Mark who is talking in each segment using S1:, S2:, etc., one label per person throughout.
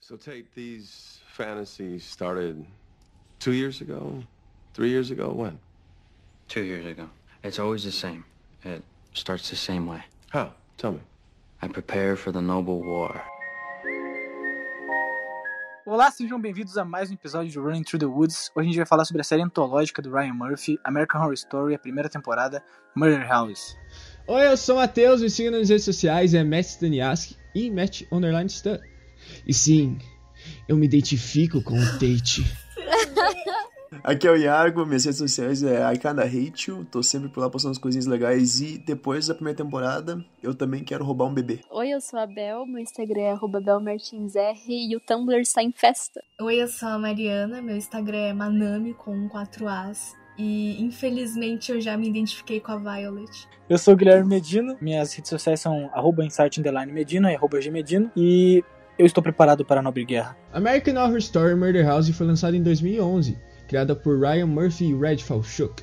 S1: So, Tate, these fantasies started two years ago, three years ago. When?
S2: Two years ago. It's always the same. It starts the same way.
S1: How? Tell me.
S2: I prepare for the noble war.
S3: Olá, sejam bem-vindos a mais um episódio de Running Through the Woods. Hoje a gente vai falar sobre a série antológica do Ryan Murphy, American Horror Story, a primeira temporada, Murder House.
S4: Oi, eu sou o Matheus, me siga nas redes sociais, é Matt Staniaski e Matt Underline Stan. E sim, eu me identifico com o Tate.
S5: Aqui é o Iago, minhas redes sociais é I Kinda Hate You, tô sempre por lá postando as coisinhas legais e depois da primeira temporada eu também quero roubar um bebê.
S6: Oi, eu sou a Bel, meu Instagram é arroba belmartinsr e o Tumblr está em festa.
S7: Oi, eu sou a Mariana, meu Instagram é Manami com 4As e infelizmente eu já me identifiquei com a Violet.
S3: Eu sou o Guilherme Medina, minhas redes sociais são arroba insight underline Medina e arroba gmedina e eu estou preparado para a nobre guerra.
S4: American Horror Story Murder House foi lançada em 2011, criada por Ryan Murphy e Red Falchuk.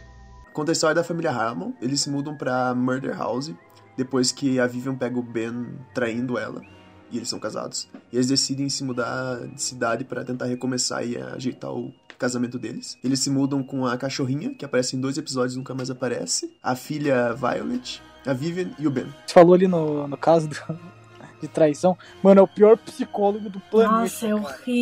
S5: Conta a história da família Harmon, eles se mudam pra Murder House depois que a Vivian pega o Ben traindo ela e eles são casados. E eles decidem se mudar de cidade pra tentar recomeçar e ajeitar o casamento deles. Eles se mudam com a cachorrinha, que aparece em dois episódios e nunca mais aparece, a filha Violet, a Vivian e o Ben.
S3: Você falou ali no, no caso do- de traição, mano, é o pior psicólogo do planeta.
S7: Nossa, é horrível,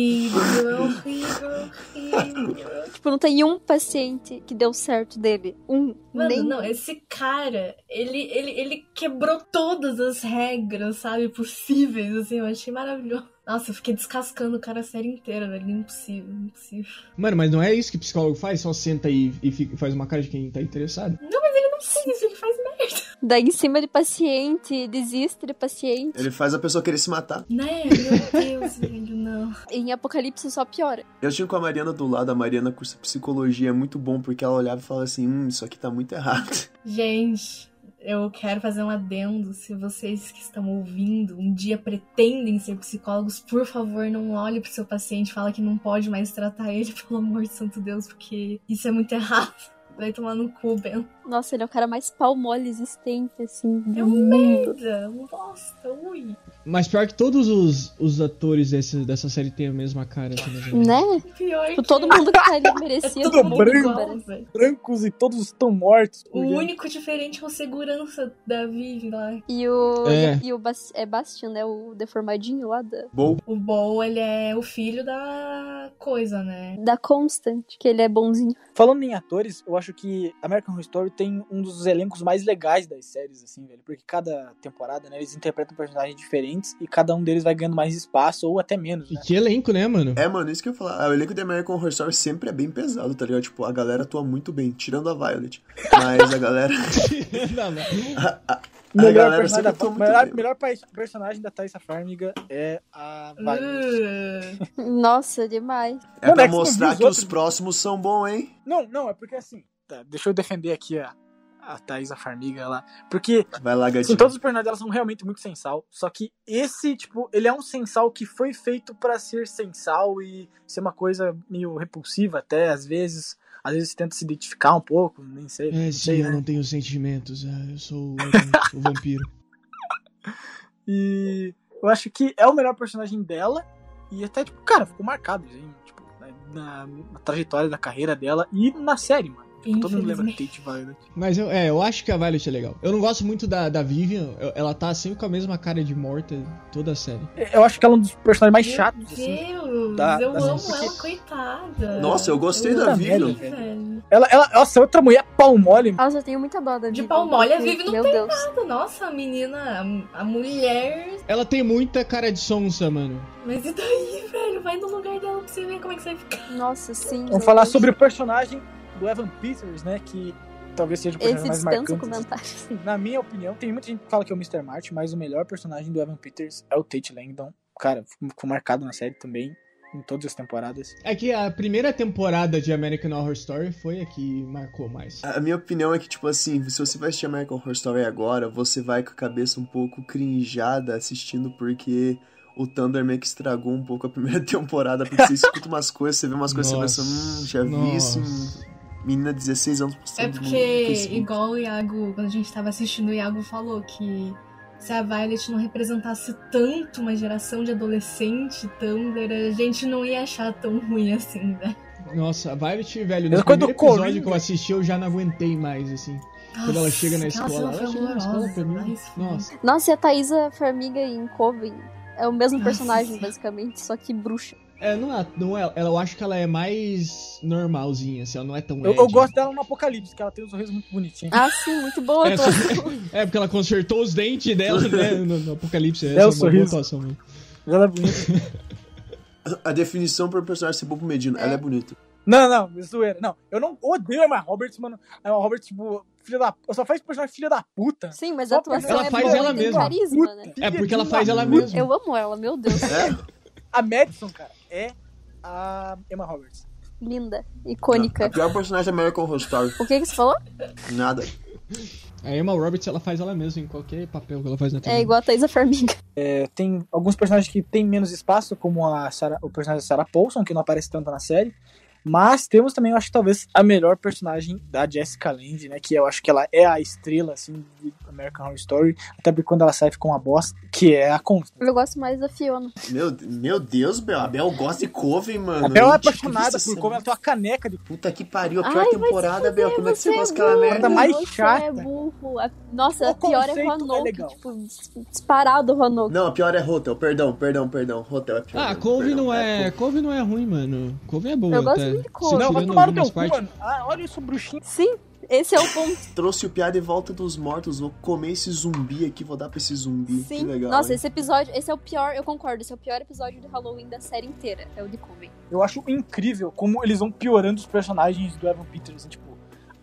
S7: é horrível, é horrível.
S6: Tipo, não tem um paciente que deu certo dele. Um.
S7: Mano,
S6: nem
S7: não, esse cara, ele, ele, ele quebrou todas as regras, sabe, possíveis, assim, eu achei maravilhoso. Nossa, eu fiquei descascando o cara a série inteira, velho, impossível, impossível.
S4: Mano, mas não é isso que psicólogo faz, só senta e, e fica- faz uma cara de quem tá interessado.
S7: Eu não sei se ele faz merda.
S6: dá em cima de paciente, desiste de paciente.
S5: Ele faz a pessoa querer se matar.
S7: Né, meu Deus, velho, não.
S6: Em Apocalipse só piora.
S5: Eu estive com a Mariana do lado, a Mariana cursa psicologia, é muito bom porque ela olhava e falava assim: hum, isso aqui tá muito errado.
S7: Gente, eu quero fazer um adendo. Se vocês que estão ouvindo um dia pretendem ser psicólogos, por favor, não olhe pro seu paciente, fala que não pode mais tratar ele, pelo amor de santo Deus, porque isso é muito errado. Vai tomar no cu, Ben.
S6: Nossa, ele é o cara mais pau mole existente, assim. do
S7: É um
S6: mundo.
S7: merda, um bosta, ui.
S4: Mas pior que todos os, os atores desse- dessa série têm a mesma cara. assim, mais ou menos.
S6: Né?
S7: Pior é
S6: Tipo,
S7: que...
S6: todo mundo que tá ali
S7: é
S6: merecia.
S7: todo
S6: todo
S7: mundo
S6: mundo
S3: branco.
S7: igual,
S6: merece.
S7: velho.
S3: Brancos e todos estão mortos.
S7: O
S3: porque-
S7: único diferente é o segurança da Vivi lá.
S6: E o.
S4: É.
S6: E o Bas- é Bastian, né? O deformadinho lá da,
S5: Bom,
S7: O Bo, ele é o filho da coisa, né?
S6: da Constant, que ele é bonzinho.
S3: Falando em atores, eu acho que American Horror Story tem um dos elencos mais legais das séries, assim, velho. Porque cada temporada, né, eles interpretam personagens diferentes e cada um deles vai ganhando mais espaço ou até menos,
S4: E
S3: né?
S4: que elenco, né, mano?
S5: é, mano, isso que eu ia falar. Ah, O elenco de American Horror Story sempre é bem pesado, tá ligado? Tipo, a galera atua muito bem, tirando a Violet. Mas a galera. é
S4: Não, não.
S5: A galera
S3: personagem
S5: sempre
S3: da-
S5: atuou muito
S3: melhor,
S5: bem.
S3: melhor pa- personagem da Thaisa Farmiga é a Violet.
S7: Uh.
S6: Nossa, demais.
S5: É
S3: Mano, é
S5: pra
S3: que você viu
S5: mostrar
S3: os
S5: que os
S3: outros-
S5: próximos são bons, hein?
S3: Não, não, é porque assim, tá, deixa eu defender aqui a, a Thaisa Farmiga lá. Porque
S5: Vai lá,
S3: Sim,
S5: gatinho.
S3: todos os personagens dela são realmente muito sensal. Só que esse, tipo, ele é um sensal que foi feito pra ser sensal e ser uma coisa meio repulsiva até, às vezes. Às vezes tenta se identificar um pouco, nem sei.
S4: É,
S3: não
S4: sim,
S3: sei,
S4: eu
S3: né?
S4: não tenho sentimentos. ah, eu sou o, o vampiro.
S3: E eu acho que é o melhor personagem dela. E até, tipo, cara, ficou marcado, gente, tipo, na, na trajetória da carreira dela e na série, mano. Tipo, todo mundo lembra do Tate Violet.
S4: Mas eu, é, eu acho que a Violet é legal. Eu não gosto muito da, da Vivian, eu- ela tá sempre com a mesma cara de morta toda a série.
S3: Eu acho que ela é um dos personagens mais
S7: Meu
S3: chatos, assim.
S7: Deus,
S5: Tá,
S3: da-
S7: eu
S3: das
S7: amo
S3: pessoas.
S7: ela, coitada.
S5: Nossa, eu gostei da
S7: amo
S3: Vivi.
S7: ela, velho.
S3: Ela, ela, nossa, é outra mulher pau mole,
S6: Nossa, eu tenho muita dó da
S7: De
S6: Vivi,
S7: pau mole, a
S6: porque,
S7: Vivi não
S6: Meu
S7: tem
S6: Deus.
S7: Nossa, a menina, a, a mulher.
S4: Ela tem muita cara de sonsa, mano.
S7: Mas e daí, velho? Vai no lugar dela pra você ver como é que você vai ficar.
S6: Nossa, sim. meu
S3: Vamos falar
S6: Deus.
S3: sobre o personagem do Evan Peters, né? Que talvez seja o
S6: Esse
S3: personagem mais
S6: dispensa
S3: marcante. assim.
S6: comentários.
S3: Na minha opinião, tem muita gente que fala que é o Mr. Martin, mas o melhor personagem do Evan Peters é o Tate Langdon. Cara, ficou marcado na série também, em todas as temporadas.
S4: É que a primeira temporada de American Horror Story foi a que marcou mais.
S5: A minha opinião é que, tipo assim, se você vai assistir American Horror Story agora, você vai com a cabeça um pouco crinjada assistindo, porque o Thunder meio que estragou um pouco a primeira temporada, porque você escuta umas coisas, você vê umas coisas, você pensa, hum, já vi isso, hum,
S4: nossa.
S5: menina de 16 anos postando
S7: É
S5: no
S7: porque,
S5: Facebook."
S7: igual o Iago, quando a gente tava assistindo, o Iago falou que se a Violet não representasse tanto uma geração de adolescente Tumblr, a gente não ia achar tão ruim assim, né?
S5: hum."
S4: Nossa, a Violet, velho, no
S3: Essa coisa
S4: primeiro
S3: do
S4: episódio
S3: Coringa.
S4: que eu assisti, eu já não aguentei mais, assim. Quando ela chega na
S7: aquela
S4: escola,
S7: cena
S4: ela
S7: foi
S4: chega na escola pra mim.
S7: horrorosa, mas-
S4: Nossa,
S6: Nossa, e a Thaisa Farmiga em Coven é o mesmo
S7: Nossa
S6: personagem,
S7: Senhora.
S6: basicamente, só que bruxa.
S4: é, não é, não é, ela, eu acho que ela é mais normalzinha, assim, ela não é tão
S3: Eu, eu
S4: edgy.
S3: gosto dela no Apocalipse, que ela tem um sorriso muito bonitinho.
S6: Ah, sim, muito boa.
S4: É,
S6: tô-
S4: É, porque ela consertou os dentes dela, né, no, no Apocalipse. Essa
S3: o
S4: é, uma
S3: sorriso.
S4: boa atuação, mano.
S3: Ela é bonita.
S5: A definição pra um personagem ser bom pro Medina, ela é bonita.
S3: Não, não, é zoeira. Não, eu não odeio a Emma Roberts, mano. A Emma Roberts, tipo, filha da. Eu só faz personagem filha da puta.
S6: Sim, mas
S3: Só
S6: a atuação
S3: ela
S6: é
S4: faz
S6: boa,
S4: ela
S6: e tem
S4: mesma.
S6: carisma, né?
S4: É, porque ela
S3: Filha
S4: faz
S3: da
S4: ela
S3: puta.
S4: mesma.
S6: Eu amo ela, meu Deus.
S5: É?
S3: A Madison, cara, é a Emma Roberts.
S6: Linda,
S5: A
S6: icônica.
S5: pior personagem é American Horror Story.
S6: O que que você falou?
S5: Nada.
S4: A Emma Roberts, ela faz ela mesma em qualquer papel que ela faz na TV.
S6: É igual a Thaisa Farmiga.
S3: É, tem alguns personagens que tem menos espaço, como a Sarah- o personagem da Sarah Paulson, que não aparece tanto na série. Mas temos também, eu acho que talvez, a melhor personagem da Jessica Lange, né? Que eu acho que ela é a estrela, assim, de American Horror Story. Até porque quando ela sai fica uma bosta, que é a Constance.
S6: Eu gosto mais da Fiona.
S5: Meu, meu Deus, Bel. A Bel gosta de Coven, mano.
S3: A Bel é
S5: Gente,
S3: apaixonada
S5: que
S3: por como ela tem uma caneca de
S5: Puta que pariu. A pior
S6: Ai, vai se
S5: temporada, Bel. Como é que você gosta
S6: é
S5: daquela
S6: burro,
S5: merda?
S3: Tá mais
S6: você
S3: chata.
S6: é burro. A- Nossa,
S3: O
S6: a pior é
S3: conceito
S6: o
S3: é
S6: Roanoke,
S3: legal.
S6: tipo, dis- disparado o Roanoke.
S5: Não, a pior é Hotel. Perdão, perdão, perdão. Hotel é pior.
S4: Ah,
S5: perdão,
S4: couve
S5: perdão.
S4: não é, couve não é ruim, mano. Couve é boa,
S6: Eu gosto
S4: até.
S6: muito de
S4: Se
S6: couve.
S3: Não,
S6: Não,
S4: tirando
S3: vai tomar no
S4: algumas
S3: teu cu, mano.
S4: partes-
S3: Ah, olha isso, bruxinho.
S6: Sim, esse é o ponto.
S5: Trouxe o piada e volta dos mortos. Vou comer esse zumbi aqui. Vou dar pra esse zumbi.
S6: Sim.
S5: Que legal.
S6: Nossa,
S5: hein?
S6: esse episódio, esse é o pior, eu concordo, esse é o pior episódio de Halloween da série inteira. É o de Coven.
S3: Eu acho incrível como eles vão piorando os personagens do Evan Peters. assim, tipo,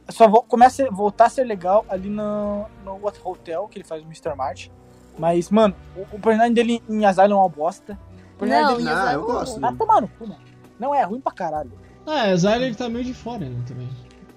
S3: só vo- começa a voltar a ser legal ali no, no What Hotel, que ele faz o Mr. Martin. Mas, mano, o, o personagem dele em Asylum é uma bosta. O personagem
S6: Não,
S3: dele
S5: Não,
S6: Isa-
S5: eu gosto.
S3: Ah, tomar no cu, mano. Não, é ruim pra caralho.
S4: Ah, a Zyra, ele tá meio de fora, né, também.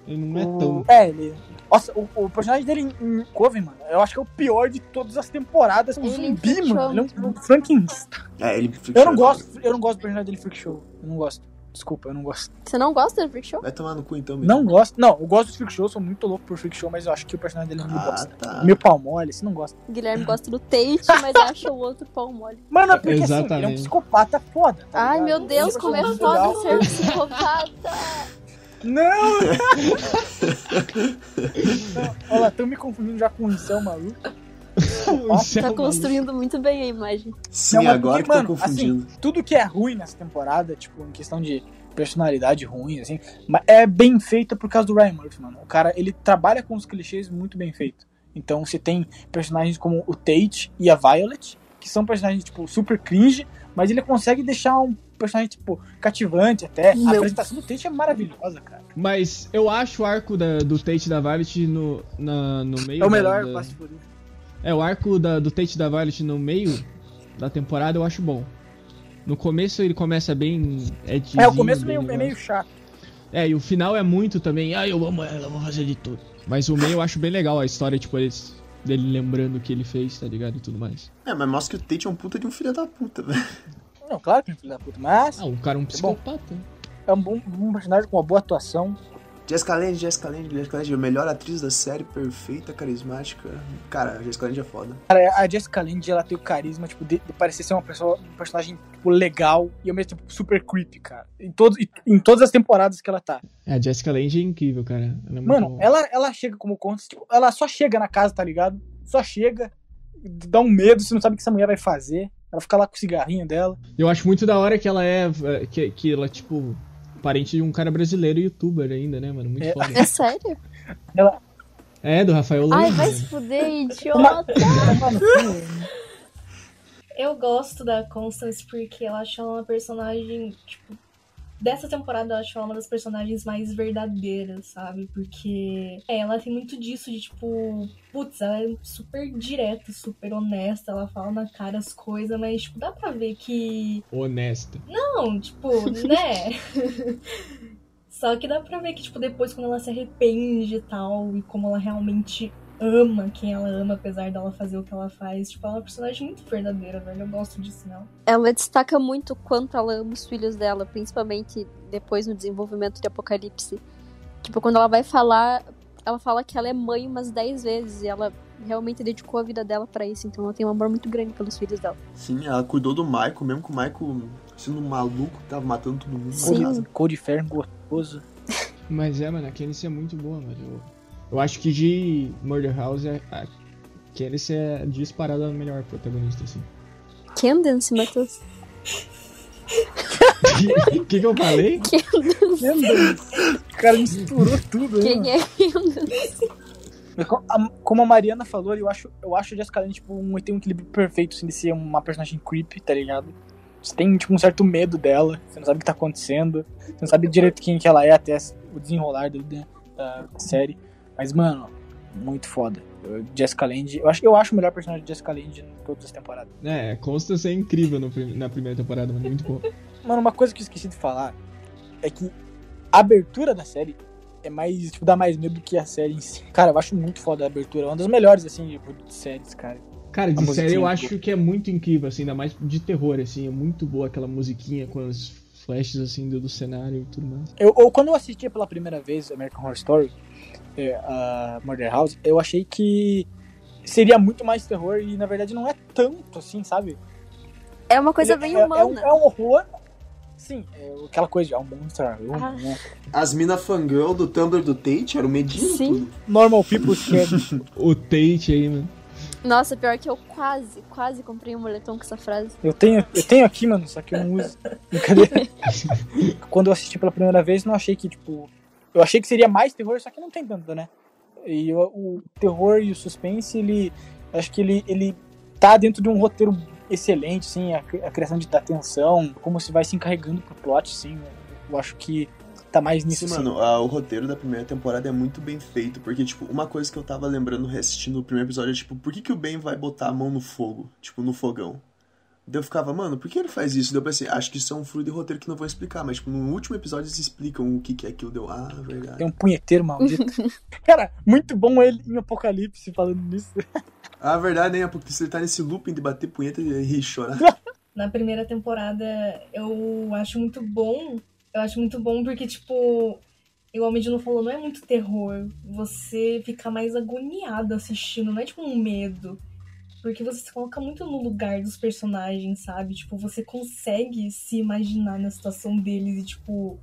S4: Ele não é
S3: O-
S4: tão...
S3: É, ele... Nossa, o, o personagem dele em, em Coven, mano, eu acho que é o pior de todas as temporadas. Um
S6: Ele
S3: zumbi,
S6: infectou
S3: mano. Ele é um,
S6: muito.
S3: um Frankenstein.
S5: É, ele.
S3: Eu não gosto, eu não gosto do personagem dele em Freak Show. Eu não gosto. Desculpa, eu não gosto.
S6: Você não gosta do Freak Show?
S5: Vai tomar no cu então mesmo.
S3: Não gosto. Não, eu gosto do Freak Show, sou muito louco por Freak Show, mas eu acho que o personagem dele é meio
S5: Ah,
S3: bosta.
S5: tá.
S3: Meu pau mole, você não gosta.
S6: O Guilherme gosta do Tate, mas acha o outro pau mole.
S3: Mano, é porque assim, ele é um
S4: Exatamente.
S3: psicopata foda. tá
S6: Ai,
S3: ligado?
S6: meu Deus,
S3: Ele
S6: como é
S3: um
S6: foda
S3: legal.
S6: ser assim, psicopata.
S3: Não! Olha lá, tão me confundindo já com o Incel maluco.
S4: O céu,
S6: Tá
S4: mano.
S6: construindo muito bem a imagem.
S5: Sim,
S3: Não, mas
S5: agora
S3: porque,
S5: que tô
S3: mano, assim,
S5: confundindo.
S3: Tudo que é ruim nessa temporada, tipo, em questão de personalidade ruim, assim, ma- é bem feita por causa do Ryan Murphy, mano. O cara, ele trabalha com os clichês muito bem feito. Então, você tem personagens como o Tate e a Violet, que são personagens, tipo, super cringe, mas ele consegue deixar um personagem, tipo, cativante até. A
S6: Meu.
S3: apresentação do Tate é maravilhosa, cara.
S4: Mas eu acho o arco da- do Tate e da Violet no, na- no meio...
S3: É o
S4: da-
S3: melhor
S4: da-
S3: Fast Furious.
S4: É, o arco da- do Tate e da Violet no meio da temporada eu acho bom. No começo ele começa bem...
S3: É,
S4: edgyzinho,
S3: o começo
S4: bem
S3: meio- é
S4: negócio.
S3: meio chato.
S4: É, e o final é muito também. Ah, eu amo ela, eu vou fazer de tudo. Mas o meio eu acho bem legal a história, tipo, eles, dele lembrando o que ele fez, tá ligado? E tudo mais.
S5: É, mas mostra que o Tate é um puta de um filho da puta, velho.
S3: Não, claro que é um filho da puta, mas
S4: Ah, o cara é um psicopata.
S3: é um bom um personagem com uma boa atuação.
S5: Jessica Lange, Jessica Lange, Jessica Lange, a melhor atriz da série, perfeita, carismática. Cara, a Jessica Lange é foda.
S3: Cara, a Jessica Lange, ela tem o carisma, tipo, de, de parecer ser uma pessoa, um personagem, tipo, legal e ao mesmo tempo super creepy, cara. Em, todos, e- em todas as temporadas que ela tá.
S4: É, a Jessica Lange é incrível, cara. Ela é muito
S3: Mano,
S4: boa.
S3: ela, ela chega como conta, tipo, ela só chega na casa, tá ligado? Só chega, dá um medo, você não sabe o que essa mulher vai fazer. Ela fica lá com o cigarrinho dela.
S4: Eu acho muito da hora que ela é. eh, Que, que ela, tipo, parente de um cara brasileiro youtuber ainda, né, mano? Muito
S3: É.
S4: foda.
S6: É sério?
S4: É, do Rafael
S6: Ai,
S4: Lange.
S6: vai
S4: mano.
S6: se fuder, idiota.
S3: Mano,
S7: Eu gosto da Constance porque eu acho ela uma personagem, tipo, dessa temporada eu acho ela uma das personagens mais verdadeiras, sabe? Porque é, ela tem muito disso de tipo, putz, ela é super direta, super honesta, ela fala na cara as coisas, mas tipo, dá pra ver que
S4: Honesta.
S7: não, tipo, né? Só que dá pra ver que, tipo, depois quando ela se arrepende e tal, e como ela realmente ama quem ela ama, apesar dela fazer o que ela faz, tipo, ela é uma personagem muito verdadeira, velho. Eu gosto disso, não.
S6: Ela destaca muito quanto ela ama os filhos dela, principalmente depois no desenvolvimento de Apocalipse. Tipo, quando ela vai falar, ela fala que ela é mãe umas 10 vezes e ela realmente dedicou a vida dela pra isso, então ela tem um amor muito grande pelos filhos dela.
S5: Sim, ela cuidou do Michael, mesmo que o Michael sendo um maluco, tava matando todo mundo
S6: Sim.
S5: na casa.
S3: Cor de ferro gostoso.
S4: Mas é, mano, a Kennedy é muito boa, mano. Eu, eu acho que de Murder House, é- a Kennedy é disparada a melhor protagonista, assim.
S6: Candence, Matheus.
S4: O que, que eu falei?
S3: O cara misturou tudo, né?
S6: Quem é?
S3: Mas co- a- Como a Mariana falou, eu acho, eu acho a Jessica Lange, tipo, um, tem um equilíbrio perfeito assim, de ser uma personagem creepy, tá ligado? Você tem, tipo, um certo medo dela, você não sabe o que tá acontecendo, você não sabe direito quem que ela é até s- o desenrolar do- da, da série. Mas, mano, muito foda. Eu- Jessica Lange, eu acho, eu acho o melhor personagem de Jessica Lange em todas as temporadas.
S4: É, Constance é incrível no prim- na primeira temporada, mano. é Muito boa.
S3: Mano, uma coisa que eu esqueci de falar é que a abertura da série é mais, tipo, dá mais medo do que a série em si. Cara, eu acho muito foda a abertura, é uma das melhores, assim, de, de séries, cara.
S4: Cara, de
S3: A
S4: série eu
S3: musiquinha é
S4: acho que é muito incrível, assim, ainda mais de terror, assim. É muito boa aquela musiquinha com as flashes, assim, do, do cenário e tudo mais.
S3: Eu, ou quando eu assistia pela primeira vez American Horror Story, é, a Murder House, eu achei que seria muito mais terror e na verdade não é tanto assim, sabe?
S6: É uma coisa
S3: Ele
S6: bem
S3: é, é um,
S6: humana.
S3: é um horror. Sim, é aquela coisa de é um monstro, é um-
S6: Ah.
S3: né?
S5: As mina fangirl do Tumblr do Tate era o medinho.
S6: Sim.
S5: tudo.
S3: normal people scared.
S4: O Tate aí, né? mano.
S6: Nossa, pior que eu quase, quase comprei um moletom com essa frase.
S3: Eu tenho, eu tenho aqui, mano, só que eu não uso. Brincadeira. Quando eu assisti pela primeira vez, não achei que, tipo. Eu achei que seria mais terror, só que não tem tanto, né? E o, o terror e o suspense, ele. Acho que ele, ele tá dentro de um roteiro excelente, assim, a, cri- a criação de, da tensão, como se vai se encarregando pro plot, assim. Eu acho que tá mais nisso,
S5: Sim,
S3: assim.
S5: mano, a- o roteiro da primeira temporada é muito bem feito, porque, tipo, uma coisa que eu tava lembrando reassistindo o primeiro episódio é, tipo, por que, que o Ben vai botar a mão no fogo? Tipo, no fogão. Daí eu ficava, mano, por que ele faz isso? Daí eu pensei, acho que isso é um furo de roteiro que não vou explicar, mas, tipo, no último episódio eles explicam o que, que é aquilo. Deu, ah, verdade.
S3: Tem um punheteiro maldito. Cara, muito bom ele em Apocalipse falando nisso.
S5: Ah, verdade, né? Porque você tá nesse looping de bater punheta e rir e chorar.
S7: na primeira temporada eu acho muito bom. Eu acho muito bom porque, tipo, igual o Medino falou, não é muito terror. Você fica mais agoniado assistindo, não é tipo um medo. Porque você se coloca muito no lugar dos personagens, sabe? Tipo, você consegue se imaginar na situação deles e, tipo,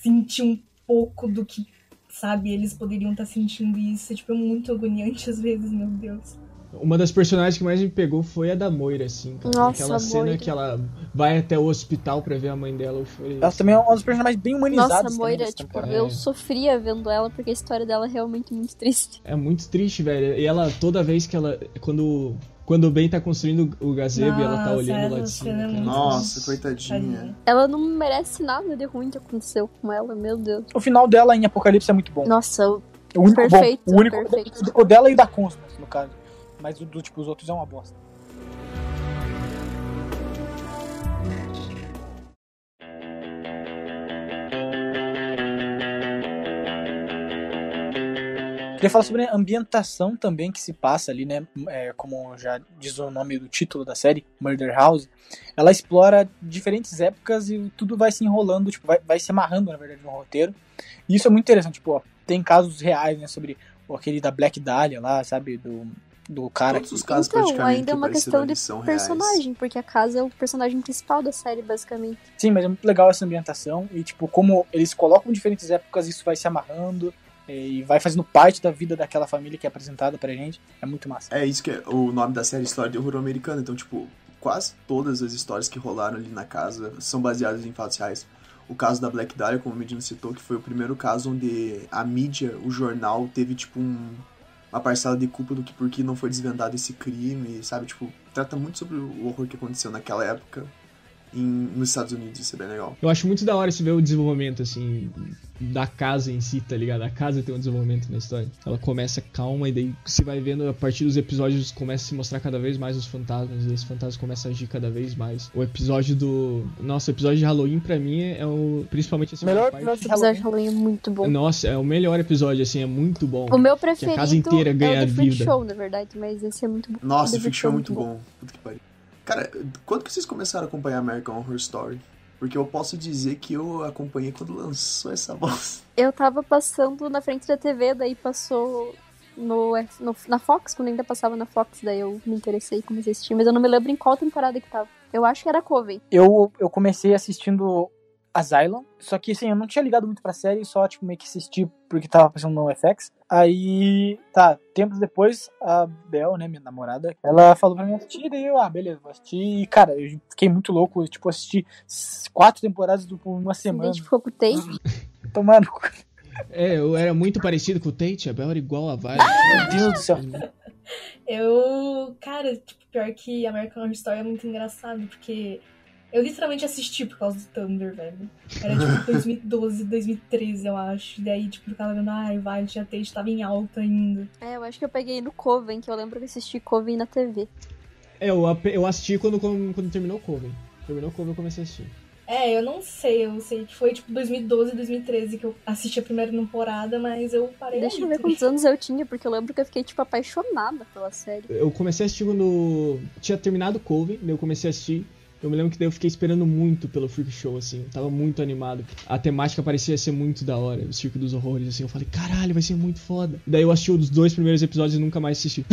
S7: sentir um pouco do que, sabe, eles poderiam estar sentindo isso. É, tipo, é muito agoniante às vezes, meu Deus.
S4: Uma das personagens que mais me pegou foi a da Moira, assim, cara.
S6: Nossa,
S4: Aquela
S6: a
S4: cena
S6: Moira.
S4: que ela vai até o hospital pra ver a mãe dela. Eu falei,
S3: Ela também é uma das personagens bem humanizadas.
S6: Nossa,
S3: também
S6: Moira,
S3: dessa
S6: tipo,
S3: temporada.
S6: eu
S4: É.
S6: sofria vendo ela porque a história dela é realmente muito triste.
S4: É muito triste, velho. E ela, toda vez que ela. Quando, quando o Ben tá construindo o gazebo e ela tá
S7: Nossa,
S4: olhando lá
S7: essa
S4: de cima.
S7: cena é
S4: cara.
S7: muito
S5: Nossa, coitadinha.
S7: Tadinha.
S6: Ela não merece nada de ruim que aconteceu com ela, meu Deus.
S3: O final dela em Apocalipse é muito bom.
S6: Nossa, o-
S3: O único
S6: Perfeito,
S3: bom. O único
S6: perfeito.
S3: o dela e da Constance, no caso. Mas o do tipo os outros é uma bosta. Queria falar sobre a ambientação também que se passa ali, né? É, como já diz o nome do título da série, Murder House. Ela explora diferentes épocas e tudo vai se enrolando, tipo, vai, vai se amarrando, na verdade, no roteiro. E isso é muito interessante, tipo, ó, tem casos reais, né? Sobre o- aquele da Black Dahlia lá, sabe? Do, do cara.
S5: Todos os casos
S6: Então,
S5: praticamente
S6: ainda é
S5: que
S6: uma
S5: apareceram
S6: questão
S5: ali
S6: de
S5: são reais.
S6: personagem, porque a casa é o personagem principal da série, basicamente.
S3: Sim, mas é muito legal essa ambientação e, tipo, como eles colocam diferentes épocas, isso vai se amarrando eh, e vai fazendo parte da vida daquela família que é apresentada pra gente. É muito massa.
S5: É isso que é o nome da série História de Horror Americano. Então, tipo, quase todas as histórias que rolaram ali na casa são baseadas em fatos reais. O caso da Black Dahlia, como o Medina citou, que foi o primeiro caso onde a mídia, o jornal, teve, tipo, um- uma parcela de culpa do que por que não foi desvendado esse crime, sabe? Tipo, trata muito sobre o horror que aconteceu naquela época em, nos Estados Unidos, isso é bem legal.
S4: Eu acho muito da hora se ver o desenvolvimento, assim, da casa em si, tá ligado? A casa tem um desenvolvimento na história. Ela começa calma e daí você vai vendo a partir dos episódios começa a se mostrar cada vez mais os fantasmas e esses fantasmas começam a agir cada vez mais. O episódio do. Nossa, o episódio de Halloween pra mim é o. Principalmente assim, a segunda
S3: Melhor
S4: parte.
S3: episódio
S6: O
S3: de
S6: episódio de
S3: Halloween.
S6: Halloween é muito bom.
S4: Nossa, é o melhor episódio, assim, é muito bom.
S6: O meu
S4: casa
S6: preferido
S4: inteira ganha
S6: é o The Freak
S4: vida.
S6: Show, na verdade, mas esse é muito bom.
S5: Nossa,
S6: The
S5: o
S6: Freak
S5: Fiction é
S6: Show
S5: muito bom. Puta que pariu. Cara, quando que vocês começaram a acompanhar American Horror Story? Porque eu posso dizer que eu acompanhei quando lançou essa bosta.
S6: Eu tava passando na frente da TV, daí passou no, no- na Fox, quando ainda passava na Fox, daí eu me interessei e comecei a assistir, mas eu não me lembro em qual temporada que tava. Eu acho que era Coven.
S3: Eu, eu comecei assistindo Asylum, só que assim, eu não tinha ligado muito pra série, só tipo meio que assisti porque tava passando no FX. Aí, tá, tempos depois, a Bel, né, minha namorada, ela falou pra mim assistir, daí eu, ah, beleza, vou assistir. E cara, eu fiquei muito louco, eu, tipo, assisti s- quatro temporadas do- por uma
S6: Me
S3: semana.
S6: identificou com o Tate.
S4: Uhum.
S3: Tomando,
S4: É, eu era muito parecido com o Tate, a Bel era igual a Vale.
S3: meu Deus do céu.
S7: Eu. Cara, tipo, pior que American Horror Story é muito engraçado, porque eu literalmente assisti por causa do Tumblr, velho. Era tipo 2012, 2013, eu acho. E daí, tipo, eu ficava vendo, ai, vai, Tia Tate tava em alta ainda.
S6: É, eu acho que eu peguei no Coven, que eu lembro que assisti Coven na TV.
S4: É, eu, ape- eu assisti quando, quando, quando terminou o Coven. Terminou o Coven eu comecei a assistir.
S7: É, eu não sei, eu sei que foi tipo 2012, 2013 que eu assisti a primeira temporada, mas eu parei.
S6: Deixa eu
S7: aí,
S6: ver
S7: tá
S6: quantos anos eu tinha, porque eu lembro que eu fiquei, tipo, apaixonada pela série.
S4: Eu comecei a assistir quando tinha terminado o Coven, daí eu comecei a assistir. Eu me lembro que daí eu fiquei esperando muito pelo Freak Show, assim. Eu tava muito animado. A temática parecia ser muito da hora, o Circo dos Horrores, assim. Eu falei, caralho, vai ser muito foda. Daí eu assisti os dois primeiros episódios e nunca mais assisti.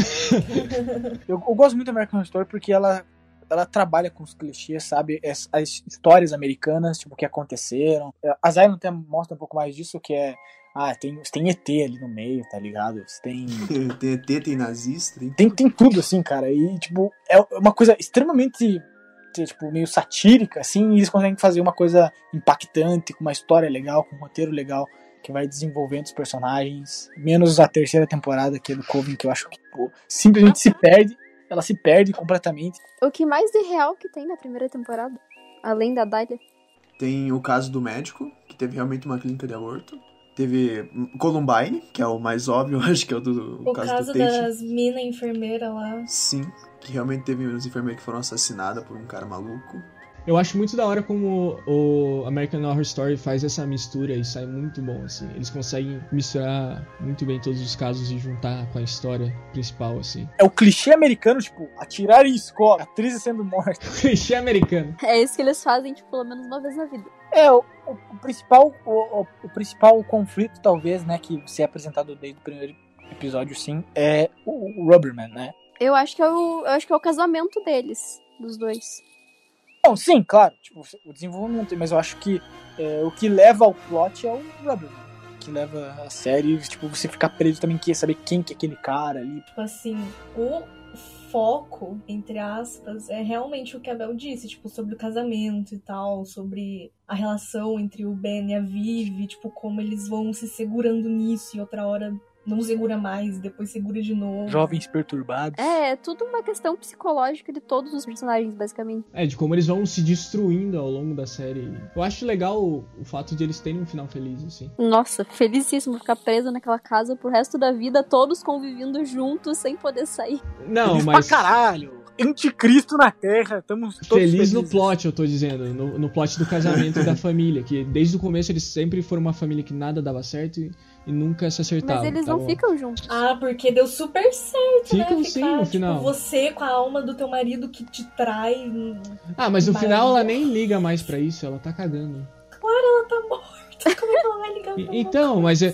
S3: Eu, eu gosto muito da American Horror Story porque ela, ela trabalha com os clichês, sabe? As, as histórias americanas, tipo, que aconteceram. É, A Zion até mostra um pouco mais disso, que é. Ah, tem, tem ET ali no meio, tá ligado? Você Tem,
S5: Tem ET, tem nazista, tem...
S3: tem. Tem tudo, assim, cara. E, tipo, é uma coisa extremamente. Tipo, meio satírica, assim, e eles conseguem fazer uma coisa impactante, com uma história legal, com um roteiro legal, que vai desenvolvendo os personagens. Menos a terceira temporada, que é do Coven, que eu acho que pô, simplesmente se perde. Ela se perde completamente.
S6: O que mais de real que tem na primeira temporada? Além da Dália.
S5: Tem o caso do médico, que teve realmente uma clínica de aborto. Teve Columbine, que é o mais óbvio, acho que é o do
S7: O
S5: caso,
S7: caso
S5: do Tate.
S7: das mina enfermeira lá.
S5: Sim, que realmente teve uns enfermeiros que foram assassinados por um cara maluco.
S4: Eu acho muito da hora como o American Horror Story faz essa mistura e sai muito bom, assim. Eles conseguem misturar muito bem todos os casos e juntar com a história principal, assim.
S3: É o clichê americano, tipo, atirar em escola, atrizes sendo morta.
S4: Clichê americano.
S6: É isso que eles fazem, tipo, pelo menos uma vez na vida.
S3: É, o, o- o principal o, o- o principal conflito, talvez, né, que se é apresentado desde o primeiro episódio, sim, é o, o Rubberman, né?
S6: Eu acho que é o, eu acho que é o casamento deles, dos dois.
S3: Bom, sim, claro, tipo, o desenvolvimento, mas eu acho que é, o que leva ao plot é o Rubberman. Que leva a série, tipo, você ficar preso também, quer saber quem que é aquele cara ali.
S7: Tipo assim, o foco, entre aspas, é realmente o que a Bel disse, tipo, sobre o casamento e tal, sobre a relação entre o Ben e a Vivi, tipo, como eles vão se segurando nisso e outra hora não segura mais, depois segura de novo.
S3: Jovens perturbados.
S6: É, é tudo uma questão psicológica de todos os personagens, basicamente.
S4: É, de como eles vão se destruindo ao longo da série. Eu acho legal o, o fato de eles terem um final feliz, assim.
S6: Nossa, felicíssimo ficar preso naquela casa pro resto da vida, todos convivendo juntos, sem poder sair.
S4: Não,
S3: Feliz
S4: mas.
S3: pra caralho. Anticristo na Terra, estamos todos
S4: Feliz no
S3: felizes.
S4: plot, eu tô dizendo. No, no plot do casamento e da família. Que desde o começo eles sempre foram uma família que nada dava certo e, e nunca se acertava.
S6: Mas eles
S4: tá
S6: não
S4: bom?
S6: ficam juntos.
S7: Ah, porque deu super certo,
S4: Ficam
S7: né?
S4: sim
S7: Ficar,
S4: no
S7: tipo,
S4: final.
S7: você com a alma do teu marido que te trai.
S4: Ah, mas no
S7: Vai.
S4: final ela nem liga mais pra isso, ela tá cagando.
S7: Claro, ela tá morta. Como é que ela vai ligar pra
S4: E- então, mas é.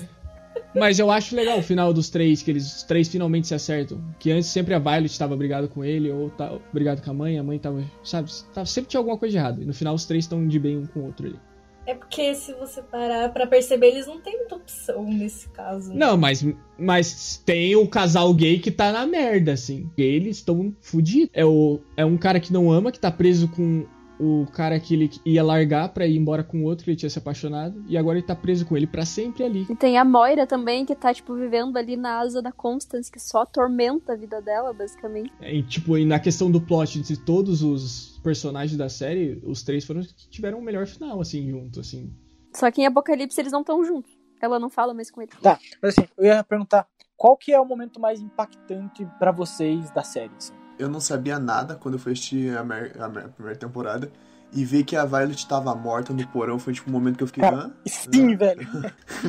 S4: Mas eu acho legal o final dos três, que eles os três finalmente se acertam. Que antes sempre a Violet tava brigado com ele, ou tá brigado com a mãe, a mãe tava. Sabe, tava, sempre tinha alguma coisa de errado. E no final os três estão de bem um com o outro ali.
S7: É porque se você parar pra perceber, eles não têm muita opção nesse caso. né?
S4: Não, mas, mas tem o casal gay que tá na merda, assim. Eles estão fudidos. É, o, é um cara que não ama, que tá preso com o cara que ele ia largar pra ir embora com o outro, que ele tinha se apaixonado. E agora ele tá preso com ele pra sempre ali.
S6: E tem a Moira também, que tá, tipo, vivendo ali na asa da Constance, que só atormenta a vida dela, basicamente.
S4: É, E, tipo, e na questão do plot de todos os personagens da série, os três foram os que tiveram o melhor final, assim, junto, assim.
S6: Só que em Apocalipse eles não estão juntos. Ela não fala mais com ele.
S3: Tá, mas assim, eu ia perguntar, qual que é o momento mais impactante pra vocês da série? assim?
S5: Eu não sabia nada quando eu fui assistir a, mer- a mer- a primeira temporada. e ver que a Violet tava morta no porão foi tipo um momento que eu fiquei. Hã?
S3: Sim, velho.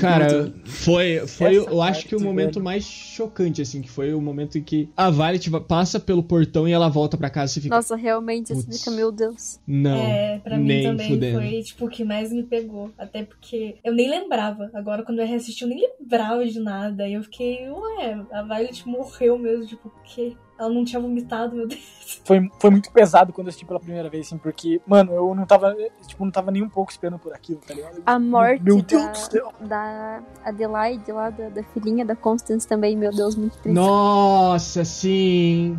S4: Cara, foi, foi
S3: Essa
S4: eu acho que o
S3: parte,
S4: momento
S3: velho.
S4: mais chocante, assim, que foi o momento em que a Violet va- passa pelo portão e ela volta pra casa e fica.
S6: Nossa, realmente, você
S4: Putz.
S6: fica, meu Deus.
S4: Não.
S7: É, pra mim
S4: nem
S7: também
S4: fudendo.
S7: foi, tipo, o que mais me pegou. Até porque eu nem lembrava. Agora, quando eu reassisti, eu nem lembrava de nada. E eu fiquei, ué, a Violet morreu mesmo, tipo, o quê? Ela não tinha vomitado, meu Deus.
S3: Foi, foi muito pesado quando eu assisti pela primeira vez, assim, porque, mano, eu não tava, tipo, não tava nem um pouco esperando por aquilo, tá ligado?
S6: A morte
S3: Meu Deus
S6: da,
S3: do céu.
S6: da Adelaide lá, da, da filhinha da Constance também, meu Deus, muito triste.
S4: Nossa, sim.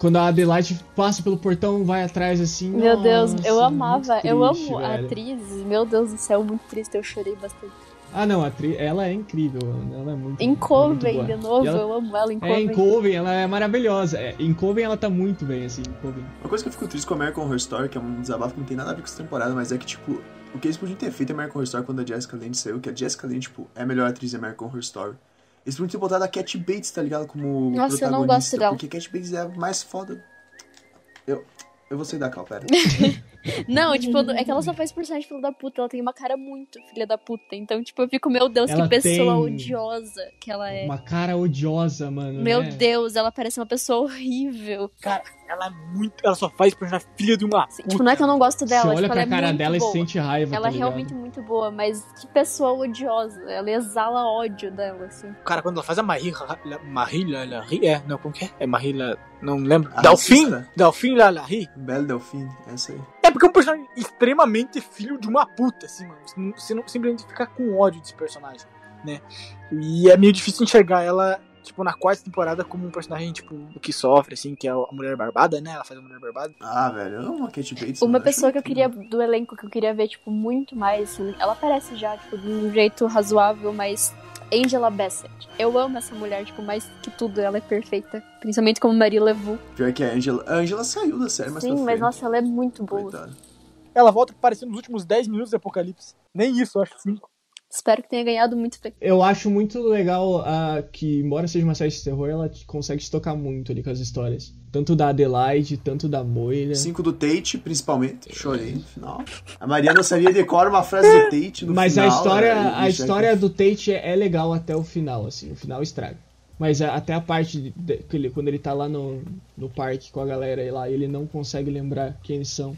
S4: Quando a Adelaide passa pelo portão, vai atrás assim.
S6: Meu Deus,
S4: nossa,
S6: eu
S4: muito
S6: amava, eu
S4: triste,
S6: amo a
S4: velho.
S6: atriz, meu Deus do céu, muito triste, eu chorei bastante.
S4: Ah, não, a atri... ela é incrível. Ela é muito.
S6: Em Coven,
S4: muito boa.
S6: de novo,
S4: E ela-
S6: eu amo ela em
S4: É,
S6: Coven.
S4: em Coven, ela é maravilhosa. É, em Coven, ela tá muito bem, assim, em Coven.
S5: Uma coisa que eu fico triste com American Horror Story, que é um desabafo que não tem nada a ver com essa temporada, mas é que, tipo, o que eles podiam ter feito em American Horror Story quando a Jessica Lange saiu, que a Jessica Lange, tipo, é a melhor atriz de American Horror Story. Eles podiam ter botado a Cat Bates, tá ligado? Como
S6: Nossa,
S5: protagonista.
S6: eu não gosto dela.
S5: Porque a Cat Bates é a mais foda. Eu, eu vou sair da cal, pera.
S6: Não, tipo, é que ela só faz personagem filha da puta, ela tem uma cara muito filha da puta. Então, tipo, eu fico, meu Deus,
S4: Ela
S6: que pessoa
S4: tem
S6: odiosa que ela é.
S4: Uma cara odiosa, mano.
S6: Meu
S4: né?
S6: Deus, ela parece uma pessoa horrível.
S3: Ela é muito. Ela só faz personagem filha de uma.
S6: Assim, Tipo, não é que eu não gosto dela,
S4: Você
S6: tipo,
S4: olha
S6: ela
S4: pra
S6: é
S4: cara
S6: muito
S4: dela
S6: boa.
S4: e sente raiva.
S6: Ela é
S4: tá ligado?
S6: realmente muito boa, mas que pessoa odiosa. Ela exala ódio dela, assim.
S3: Cara, quando ela faz a Marie. La- Marie Lalari. É, não, como que é? É Marie La. Não lembro.
S5: A
S3: Ah, Delphine? né?
S5: racista.
S3: Delphine Lalari?
S5: Belle Delphine, essa aí.
S3: É porque é um personagem extremamente filho de uma puta, assim, mano. Você, não, você não- simplesmente fica com ódio desse personagem, né? E é meio difícil enxergar ela, tipo, na quarta temporada como um personagem, tipo, que sofre, assim, que é a mulher barbada, né? Ela faz a mulher barbada.
S5: Ah, velho, eu amo a Cat Bates.
S6: Uma
S5: mano, acho
S6: pessoa que eu queria,
S5: incrível.
S6: do elenco, que eu queria ver, tipo, muito mais, assim, ela aparece já, tipo, de um jeito razoável, mas Angela Bassett. Eu amo essa mulher, tipo, mais que tudo, ela é perfeita. Principalmente como Marie Levu.
S5: Pior que a Angela. A Angela saiu da série, mas
S4: tá
S6: Sim,
S5: pra
S6: mas
S5: frente.
S6: nossa, ela é muito boa.
S5: Coitada.
S3: Ela volta aparecendo nos últimos 10 minutos do Apocalipse. Nem isso, eu acho que sim.
S6: Espero que tenha ganhado muito bem.
S4: Eu acho muito legal ah, que, embora seja uma série de terror, ela te- consegue se tocar muito ali com as histórias. Tanto da Adelaide, tanto da Moira.
S5: Cinco do Tate,
S6: É.
S5: principalmente. Chorei no final. A Mariana sabia decorar uma frase do Tate no
S4: É, Mas
S5: final.
S4: a história,
S5: né?
S4: a
S5: Bicho, é
S4: história do Tate é, é legal até o final, assim, o final estraga. Mas a- até a parte de, de- que ele- quando ele tá lá no, no parque com a galera e lá, ele não consegue lembrar quem eles são.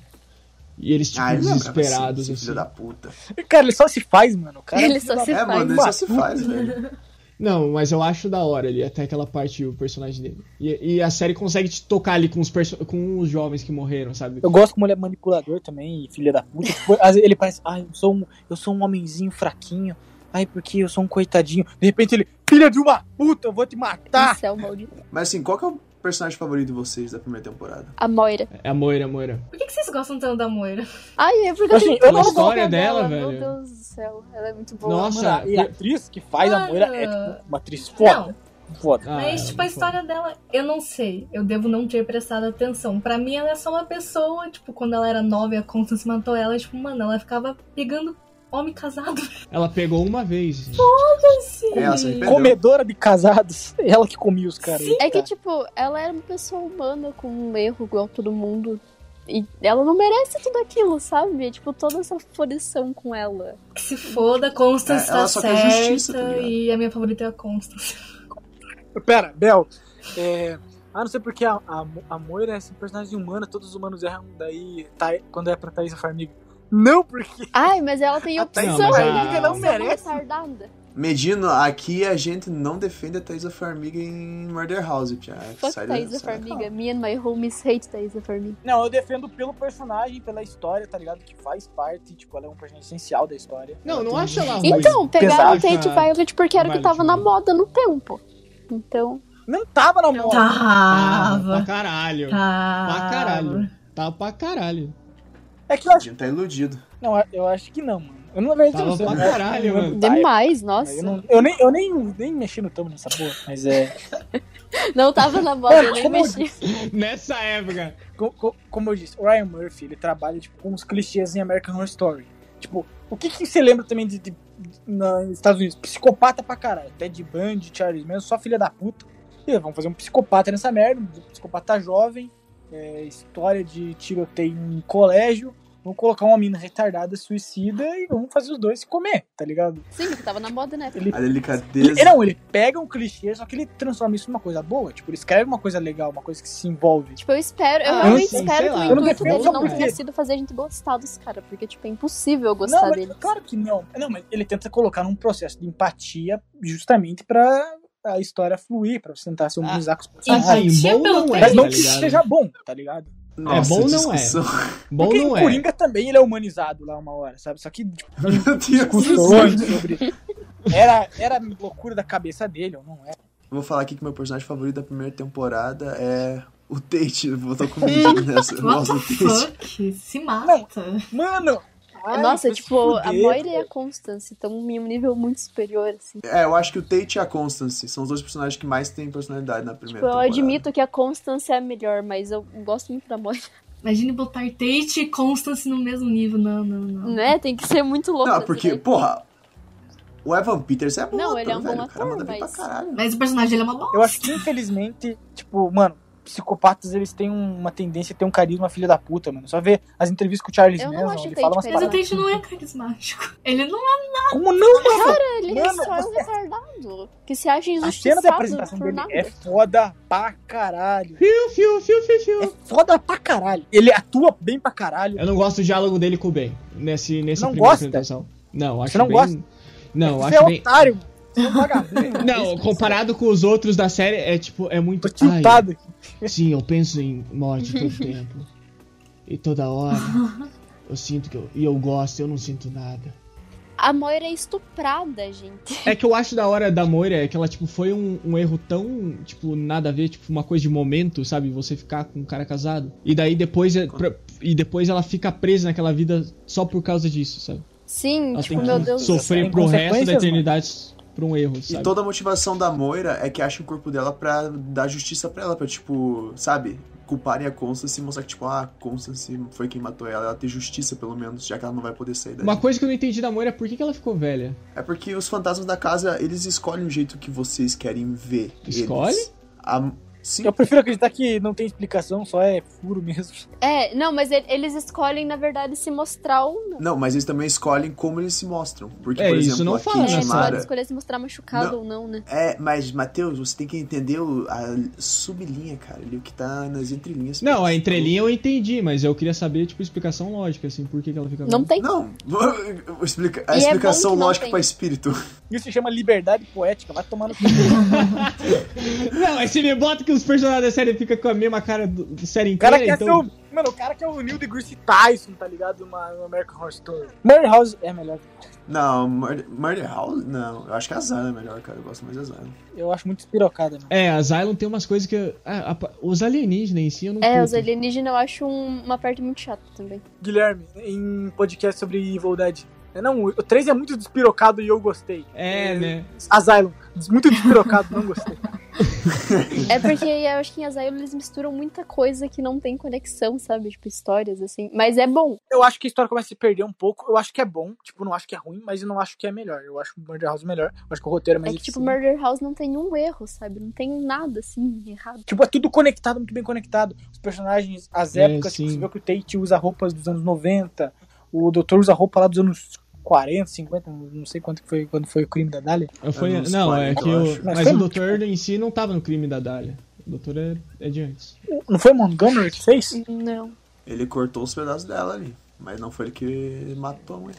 S4: E eles, tipo,
S5: Ah, ele lembrava,
S4: desesperados,
S5: esse- esse
S4: assim.
S5: filho da puta.
S3: Cara, ele só se faz, mano. O Cara,
S6: Ele só se
S5: É,
S6: faz.
S5: mano, ele só se faz, velho.
S4: Não, mas eu acho da hora ali, até aquela parte, o personagem dele. E, e a série consegue te tocar ali com os, perso- com os jovens que morreram, sabe?
S3: Eu gosto como ele é manipulador também, e filha da puta. Tipo, às vezes ele parece, ai, eu sou um, eu sou um homenzinho fraquinho. Ai, porque eu sou um coitadinho. De repente ele, filha de uma puta, eu vou te matar.
S6: Céu, maldito.
S5: Mas assim, qual que é o personagem favorito de vocês da primeira temporada?
S6: A Moira.
S4: É a Moira, a Moira.
S7: Por que, que vocês gostam tanto da Moira?
S6: Ai, é porque eu
S3: Assim,
S6: tenho
S3: eu
S6: tudo
S3: não
S6: pra
S4: história
S6: ver
S4: dela,
S6: Meu
S4: velho.
S6: Deus do céu, ela é muito boa.
S4: Nossa,
S3: Mano, e a atriz que faz a
S7: Mano.
S3: Moira é tipo, uma atriz foda.
S7: Não,
S3: foda.
S4: Ah,
S7: mas tipo, a
S4: muito
S7: história dela, eu não sei. Eu devo não ter prestado atenção. Pra mim, ela é só uma pessoa, tipo, quando ela era nova e a Constance matou ela, tipo, mano, ela ficava pegando homem casado.
S4: Ela pegou uma vez.
S7: Assim.
S5: É, ela se arrependeu.
S3: Comedora de casados. Ela que comia os caras. aí,
S6: É que,
S3: cara.
S6: tipo, ela era uma pessoa humana com um erro igual todo mundo. E ela não merece tudo aquilo, sabe? Tipo, toda essa furição com ela.
S7: Que se foda,
S5: É,
S7: Constance
S5: ela
S7: tá
S5: só
S7: certa.
S5: quer justiça, tá ligado?
S7: e a minha favorita é a Constance.
S3: Pera, Bel. É... Ah, não sei porque a, a, a Moira é essa personagem humana, todos os humanos erram daí Tha- quando é pra Thaisa Farmiga. Não, porque
S6: Ai, mas ela tem
S3: A
S6: opção.
S4: Thaís
S6: ela
S4: Farmiga não
S6: é uma
S3: merece.
S6: retardada.
S5: Medino, aqui a gente não defende a Thaisa Farmiga em Murder House, é Pia.
S6: Fuck
S5: Sai da-
S6: Thaisa
S5: sai da-
S6: Farmiga. Me and my homies hate Thaisa Farmiga.
S3: Não, eu defendo pelo personagem, pela história, tá ligado? Que faz parte, tipo, ela é um personagem essencial da história.
S4: Não,
S3: Ela
S4: não
S3: tem-
S4: acho ela ruim.
S6: Então, pegaram o
S4: Pesado,
S6: Tate
S4: cara.
S6: Violet porque era o que
S4: Violet,
S6: tava na
S4: né?
S6: moda no tempo. Então,
S3: Não tava na moda.
S4: Tá pra
S7: Tava.
S4: caralho. Pra
S7: Tava.
S4: caralho. Tá pra caralho.
S3: É que eu
S5: A
S3: acho.
S5: gente tá iludido.
S3: Não, eu acho que não, mano. Eu não, na verdade, eu não
S4: Tava
S3: sei.
S4: pra
S3: eu acho que
S4: caralho,
S3: não,
S4: mano.
S3: tá, é-
S6: demais, nossa.
S3: Eu, não- eu nem, eu nem, nem mexi no tamo nessa porra, mas é.
S6: Não tava na moda, eu nem
S3: Como eu
S6: mexi.
S4: Nessa época.
S3: co- co- Como eu disse, o Ryan Murphy, ele trabalha tipo, com os clichês em American Horror Story. Tipo, o que, que você lembra também de, de- de- na- nos Estados Unidos? Psicopata pra caralho. Ted Bundy, Charles Manson, só filha da puta. E vamos fazer um psicopata nessa merda, um psicopata jovem, é, história de tiroteio em colégio, Vamos colocar uma mina retardada, suicida e vamos fazer os dois se comer, tá ligado?
S6: Sim, que tava na moda, né?
S3: Ele,
S5: A
S3: ele-
S5: delicadeza.
S3: não, ele pega um clichê, só que ele transforma isso numa coisa boa. Tipo, ele escreve uma coisa legal, uma coisa que se envolve.
S6: Tipo, eu espero, eu
S4: Ah,
S6: realmente
S4: sim, sei
S6: espero que
S4: lá.
S6: o
S4: Eu não
S6: intuito
S4: defendo
S6: dele
S4: só
S6: não
S4: porque-
S6: tenha sido fazer a gente gostar dos caras, porque, tipo, é impossível gostar
S3: não, mas
S6: deles.
S3: Claro que não. Não, mas ele tenta colocar num processo de empatia justamente pra a história fluir, pra você
S4: Ah,
S3: tentar se humanizar com os personagens.
S4: Assim,
S7: Tia
S4: bom não é,
S7: Pelotec.
S3: Mas não
S4: tá
S3: que
S4: ligado?
S3: seja bom, tá ligado?
S5: Nossa,
S4: bom não é.
S5: discussão.
S4: Bom
S3: Porque
S4: não
S3: em
S4: é.
S3: Coringa também ele é humanizado lá uma hora, sabe? Só que tipo,
S5: Meu Deus do céu.
S3: discussões sobre. Era, era loucura da cabeça dele, ou não é?
S5: Eu Vou falar aqui que meu personagem favorito da primeira temporada é o Tate. Eu Vou estar comigo nessa.
S7: What
S5: Nossa,
S7: the
S5: o Tate.
S7: fuck? Se mata.
S3: Mano! ai,
S6: Nossa,
S3: vai se
S6: tipo, a
S3: fuder,
S6: Moira e
S3: velho.
S6: a Constance estão em um nível muito superior, assim.
S5: É, eu acho que o Tate e a Constance são os dois personagens que mais têm personalidade na primeira
S6: Tipo, eu
S5: temporada.
S6: admito que a Constance é a melhor, mas eu gosto muito da Moira.
S7: Imagine botar Tate e Constance no mesmo nível. Não, não, não.
S6: Né? Tem que ser muito né? louco.
S5: Não,
S6: essa
S5: porque,
S6: daí.
S5: porra, o Evan Peters é bom
S6: Não,
S5: ator,
S6: ele é um bom
S5: velho. o cara
S6: ator,
S5: manda bem
S6: mas-
S5: pra caralho.
S7: Mas o personagem dele é uma bosta.
S3: Eu acho que infelizmente, tipo, mano, psicopatas eles têm uma tendência a ter um carisma filho da puta, mano. Só ver as entrevistas com o Charles
S6: Eu não
S3: Manson,
S6: acho
S3: ele
S6: o Tate
S3: fala umas
S7: Mas o
S6: carismático.
S3: paradas.
S7: Tate não é carismático. Ele não é.
S3: Como não, mano?
S6: Cara, ele
S3: Mano,
S6: só é um
S3: você-
S6: retardado. Que se acha
S3: A cena da
S6: injustiçado
S3: apresentação
S6: por
S3: dele
S6: nada.
S3: é foda pra caralho.
S4: Fiu, fiu, fiu, fiu,
S3: É
S4: fiu.
S3: foda pra caralho. Ele atua bem pra caralho.
S4: É, Eu não gosto do diálogo dele com o Ben. Nesse, nesse
S3: Não
S4: primeira
S3: gosta?
S4: apresentação. Não, acho
S3: não
S4: bem...
S3: gosta?
S4: Não,
S3: Você
S4: acho
S3: é
S4: bem...
S3: otário, mano. Você é um vagabundo.
S4: Não, comparado com os outros da série, é tipo, é
S3: Tô
S4: muito...
S3: tiltado aqui.
S4: Ai, sim, eu penso em morte todo tempo. E toda hora. Eu sinto que eu... E eu gosto, eu não sinto nada.
S6: A Moira é estuprada, gente.
S4: É que eu acho da hora da Moira é que ela, tipo, foi um, um erro tão, tipo, nada a ver, tipo, uma coisa de momento, sabe? Você ficar com um cara casado. E daí depois. é pra- e depois ela fica presa naquela vida só por causa disso, sabe?
S6: Sim,
S4: Ela
S6: tipo,
S4: tem
S6: meu
S4: que
S6: Deus do céu.
S4: sofrer
S3: Tem
S4: pro resto da
S3: consequências,
S4: eternidade por um erro,
S5: E
S4: sabe?
S5: toda a motivação da Moira é que acha o corpo dela pra dar justiça pra ela, pra, tipo, sabe, culparem a Constance e mostrar que, tipo, ah, a Constance foi quem matou ela, ela tem justiça pelo menos, já que ela não vai poder sair daí.
S4: Uma coisa que eu não entendi da Moira é por que, que ela ficou velha.
S5: É porque os fantasmas da casa, eles escolhem o jeito que vocês querem ver.
S4: Escolhe?
S5: Eles. A- Sim,
S3: Eu prefiro acreditar que não tem explicação, só é furo mesmo.
S6: É, não, mas ele- eles escolhem, na verdade, se mostrar ou não.
S5: não, mas eles também escolhem como eles se mostram. Porque,
S4: É,
S5: por
S4: isso
S5: exemplo,
S4: não
S5: a
S4: fala,
S6: É,
S5: Kate
S4: né?
S6: eles podem
S5: Mara...
S6: escolher se mostrar machucado
S5: Não.
S6: ou não, né?
S5: É, mas, Matheus, você tem que entender o- a sublinha, cara, ali, o que tá nas entrelinhas.
S4: Não, a entrelinha eu entendi, mas eu queria saber, tipo, explicação lógica, assim, por que, que ela fica velha.
S6: Não tem.
S5: Não, explica- a
S6: E é
S5: explicação
S6: bom que não
S5: lógica
S6: tem.
S5: pra espírito.
S3: Isso se chama liberdade poética, vai tomar no cu.
S4: Não, mas se me bota que os personagens da série ficam com a mesma cara do, da série
S3: O cara
S4: inteira,
S3: quer
S4: então.
S3: ser o. Mano, o cara quer o Neil deGrasse Tyson, tá ligado? Uma, uma American Horror Story. Murder House é melhor.
S5: Não, Murder, Murder House, não. Eu acho que a Zana é melhor, cara. Eu gosto mais da Zana.
S3: Eu acho muito espirocada, mano.
S4: É, a Zylon tem umas coisas que. eu- ah, a- os alienígenas em si eu não
S6: É,
S4: curto.
S6: os alienígenas eu acho um- uma parte muito chata também.
S3: Guilherme, em podcast sobre Evil Dead. É, Não, o 3 é muito despirocado e eu gostei.
S4: É, né?
S3: Asylum, muito despirocado, não gostei.
S6: É porque eu acho que em Asylum eles misturam muita coisa que não tem conexão, sabe? Tipo, histórias, assim. Mas é bom.
S3: Eu acho que a história começa a se perder um pouco. Eu acho que é bom, tipo, não acho que é ruim, mas eu não acho que é melhor. Eu acho o Murder House melhor. Eu acho que o roteiro é mais
S6: é que, tipo,
S3: eficiente.
S6: Murder House não tem um erro, sabe? Não tem nada, assim, errado.
S3: Tipo, é tudo conectado, muito bem conectado. Os personagens, as
S4: É,
S3: épocas, tipo,
S4: sim.
S3: você vê que o Tate usa roupas dos anos 90, o Doutor usa roupa lá dos anos 40, 50, não sei quanto que foi quando foi o crime da Dália.
S4: Eu fui-
S5: uns
S4: não, é
S5: 40,
S4: que
S5: eu
S4: o.
S5: acho.
S3: Mas
S4: Mas
S3: foi
S4: o
S3: muito
S4: doutor em si não tava no crime da Dália. O doutor é, é de antes.
S3: Não foi o Montgomery que fez?
S6: Não.
S5: Ele cortou os pedaços dela ali. Mas não foi ele que matou a mãe.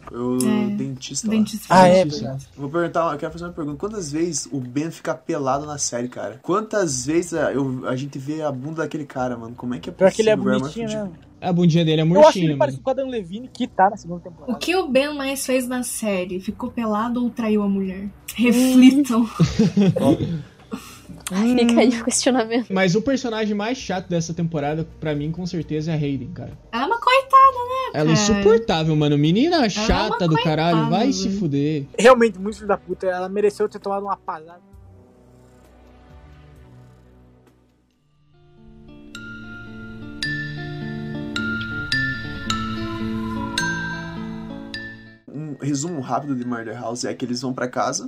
S5: Foi o
S7: É,
S5: dentista, lá.
S7: Dentista.
S3: Ah, é,
S4: Isso,
S3: verdade.
S5: Vou perguntar, eu quero fazer uma pergunta. Quantas vezes o Ben fica pelado na série, cara? Quantas vezes a, eu- a gente vê a bunda daquele cara, mano? Como é que é
S3: Pior que ele é
S5: possível?
S3: bonitinho,
S5: maravilhoso.
S3: né?
S4: A bundinha dele é
S3: Eu acho que
S4: murchinha,
S3: ele parece
S4: mano.
S3: com o Adam Levine, que tá na segunda
S7: O
S3: temporada.
S7: que o Ben mais fez na série? Ficou pelado ou traiu a mulher? Reflitam.
S6: Fica aí o questionamento.
S4: Mas o personagem mais chato dessa temporada, pra mim, com certeza, é a Hayden, cara.
S7: Ela é uma coitada.
S4: Ela é
S6: Ah,
S7: Cara.
S4: insuportável, mano. Menina
S7: é uma
S4: chata do caralho. Vai se
S7: velho.
S4: fuder.
S3: Realmente, muito filho da puta. Ela mereceu ter tomado uma palada.
S5: Um resumo rápido de Murder House é que eles vão pra casa.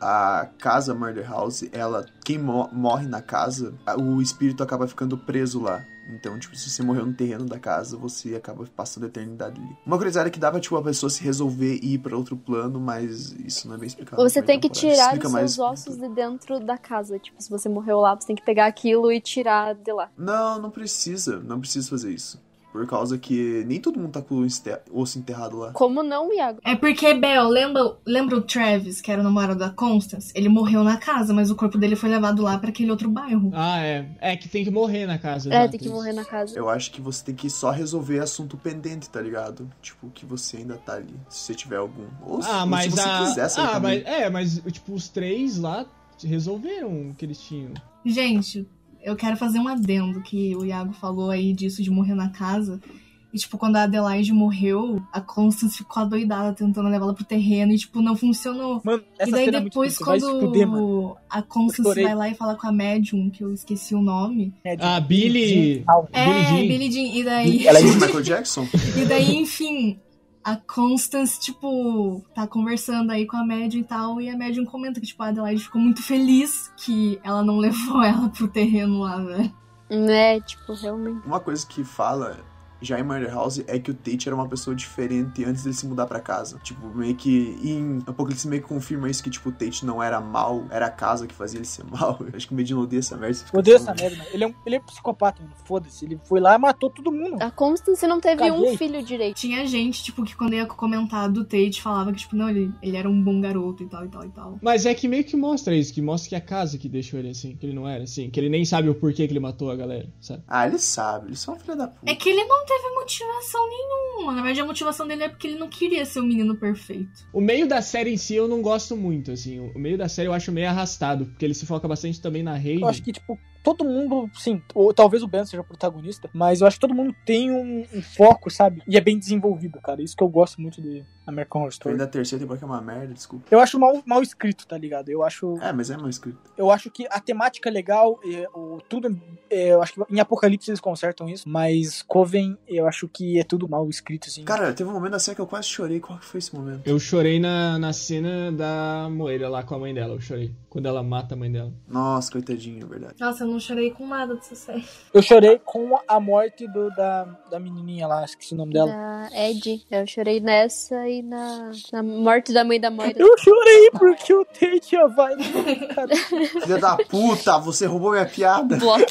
S5: A casa Murder House, ela quem mo- morre na casa, a- o espírito acaba ficando preso lá. Então, tipo, se você morreu no terreno da casa, você acaba passando a eternidade ali. Uma curiosidade é que dava, tipo, a pessoa se resolver e ir pra outro plano, mas isso não é bem explicado.
S6: Você
S5: na
S6: tem que
S5: primeira temporada. Explica
S6: tirar os
S5: mais
S6: seus
S5: no
S6: ossos
S5: futuro.
S6: de dentro da casa. Tipo, se você morreu lá, você tem que pegar aquilo e tirar de lá.
S5: Não, não precisa. Não precisa fazer isso. Por causa que nem todo mundo tá com o este- osso enterrado lá.
S6: Como não, Iago?
S7: É porque, Bel, lembra, lembra o Travis, que era o namorado da Constance? Ele morreu na casa, mas o corpo dele foi levado lá pra aquele outro bairro.
S4: Ah, é. É que tem que morrer na casa.
S6: É,
S4: exato,
S6: tem que
S4: isso.
S6: morrer na casa.
S5: Eu acho que você tem que só resolver assunto pendente, tá ligado? Tipo, que você ainda tá ali, se você tiver algum. Ou, se- ou
S4: Ah, mas
S5: se você
S4: a.
S5: quiser sair
S4: ah,
S5: também.
S4: mas, é, mas tipo, os três lá resolveram o que eles tinham.
S7: Gente, eu quero fazer um adendo que o Iago falou aí disso de morrer na casa. E, tipo, quando a Adelaide morreu, a Constance ficou adoidada tentando levar ela pro terreno e, tipo, não funcionou.
S3: Mano, essa
S7: e daí
S3: cena é muito
S7: depois,
S3: difícil,
S7: quando
S3: vai se fuder, mano.
S7: a
S3: Eu
S7: Constance
S3: chorei.
S7: vai lá e fala com a médium, que eu esqueci o nome.
S3: É, de-
S4: Ah, Billy.
S3: Ah,
S7: é,
S4: Billie Jean.
S7: Billie Jean. E daí,
S3: Ela é
S5: Sim, Michael Jackson?
S7: e daí, enfim, a Constance, tipo, tá conversando aí com a médium e tal. E a médium comenta que, tipo, a Adelaide ficou muito feliz que ela não levou ela pro terreno lá, velho.
S6: É, tipo, realmente.
S5: Uma coisa que fala já em Murder House é que o Tate era uma pessoa diferente antes dele se mudar pra casa. Tipo, meio que em Apocalipse meio que confirma isso que, tipo, o Tate não era mal, era a casa que fazia ele ser mal. Acho que o Medina odeia essa merda. você fica
S3: Odeio essa
S5: falando.
S3: merda, mano. Ele é, um, ele é um psicopata, mano. Foda-se. Ele foi lá e matou todo mundo.
S7: Ah,
S6: A Constance Tá não teve
S3: Caguei.
S6: um filho direito.
S7: Tinha gente, tipo, que quando ia comentar do Tate, falava que, tipo, não, ele, ele era um bom garoto e tal, e tal, e tal.
S4: Mas é que meio que mostra isso, que mostra que é a casa que deixou ele assim, que ele não era assim, que ele nem sabe o porquê que ele matou a galera, sabe?
S5: Ah, ele sabe, ele só é um filho da puta.
S7: É que ele não teve motivação nenhuma. Na verdade, a motivação dele é porque ele não queria ser o menino perfeito.
S4: O meio da série em si eu não gosto muito, assim. O meio da série eu acho meio arrastado, porque ele se foca bastante também na Hayley.
S3: Eu acho que, tipo, todo mundo, sim, ou talvez o Ben seja o protagonista, mas eu acho que todo mundo tem um, um foco, sabe? E é bem desenvolvido, cara. Isso que eu gosto muito de American Horror
S5: Foi
S3: Story.
S5: da terceira temporada que é uma merda, desculpa.
S3: Eu acho mal, mal escrito, tá ligado? Eu acho,
S5: É, mas é mal escrito.
S3: eu acho que a temática é legal, é, o, tudo. é- é, eu acho que em Apocalipse eles consertam isso, mas Coven, eu acho que é tudo mal escrito, assim.
S5: Cara, teve um momento da cena que eu quase chorei. Qual que foi esse momento?
S4: Eu chorei na, na cena da Moira lá com a mãe dela, eu chorei. Quando ela mata a mãe dela.
S5: Nossa, coitadinho, é verdade.
S7: Nossa, eu não chorei com nada dessa série.
S3: eu chorei com a morte do, da, da menininha lá, esqueci o nome dela.
S6: Da Ed. Eu chorei nessa e na, na morte da mãe da Moira.
S3: Eu chorei porque o Tate ó, vai. Cara,
S5: Filha da puta, você roubou minha piada.
S6: Bloco.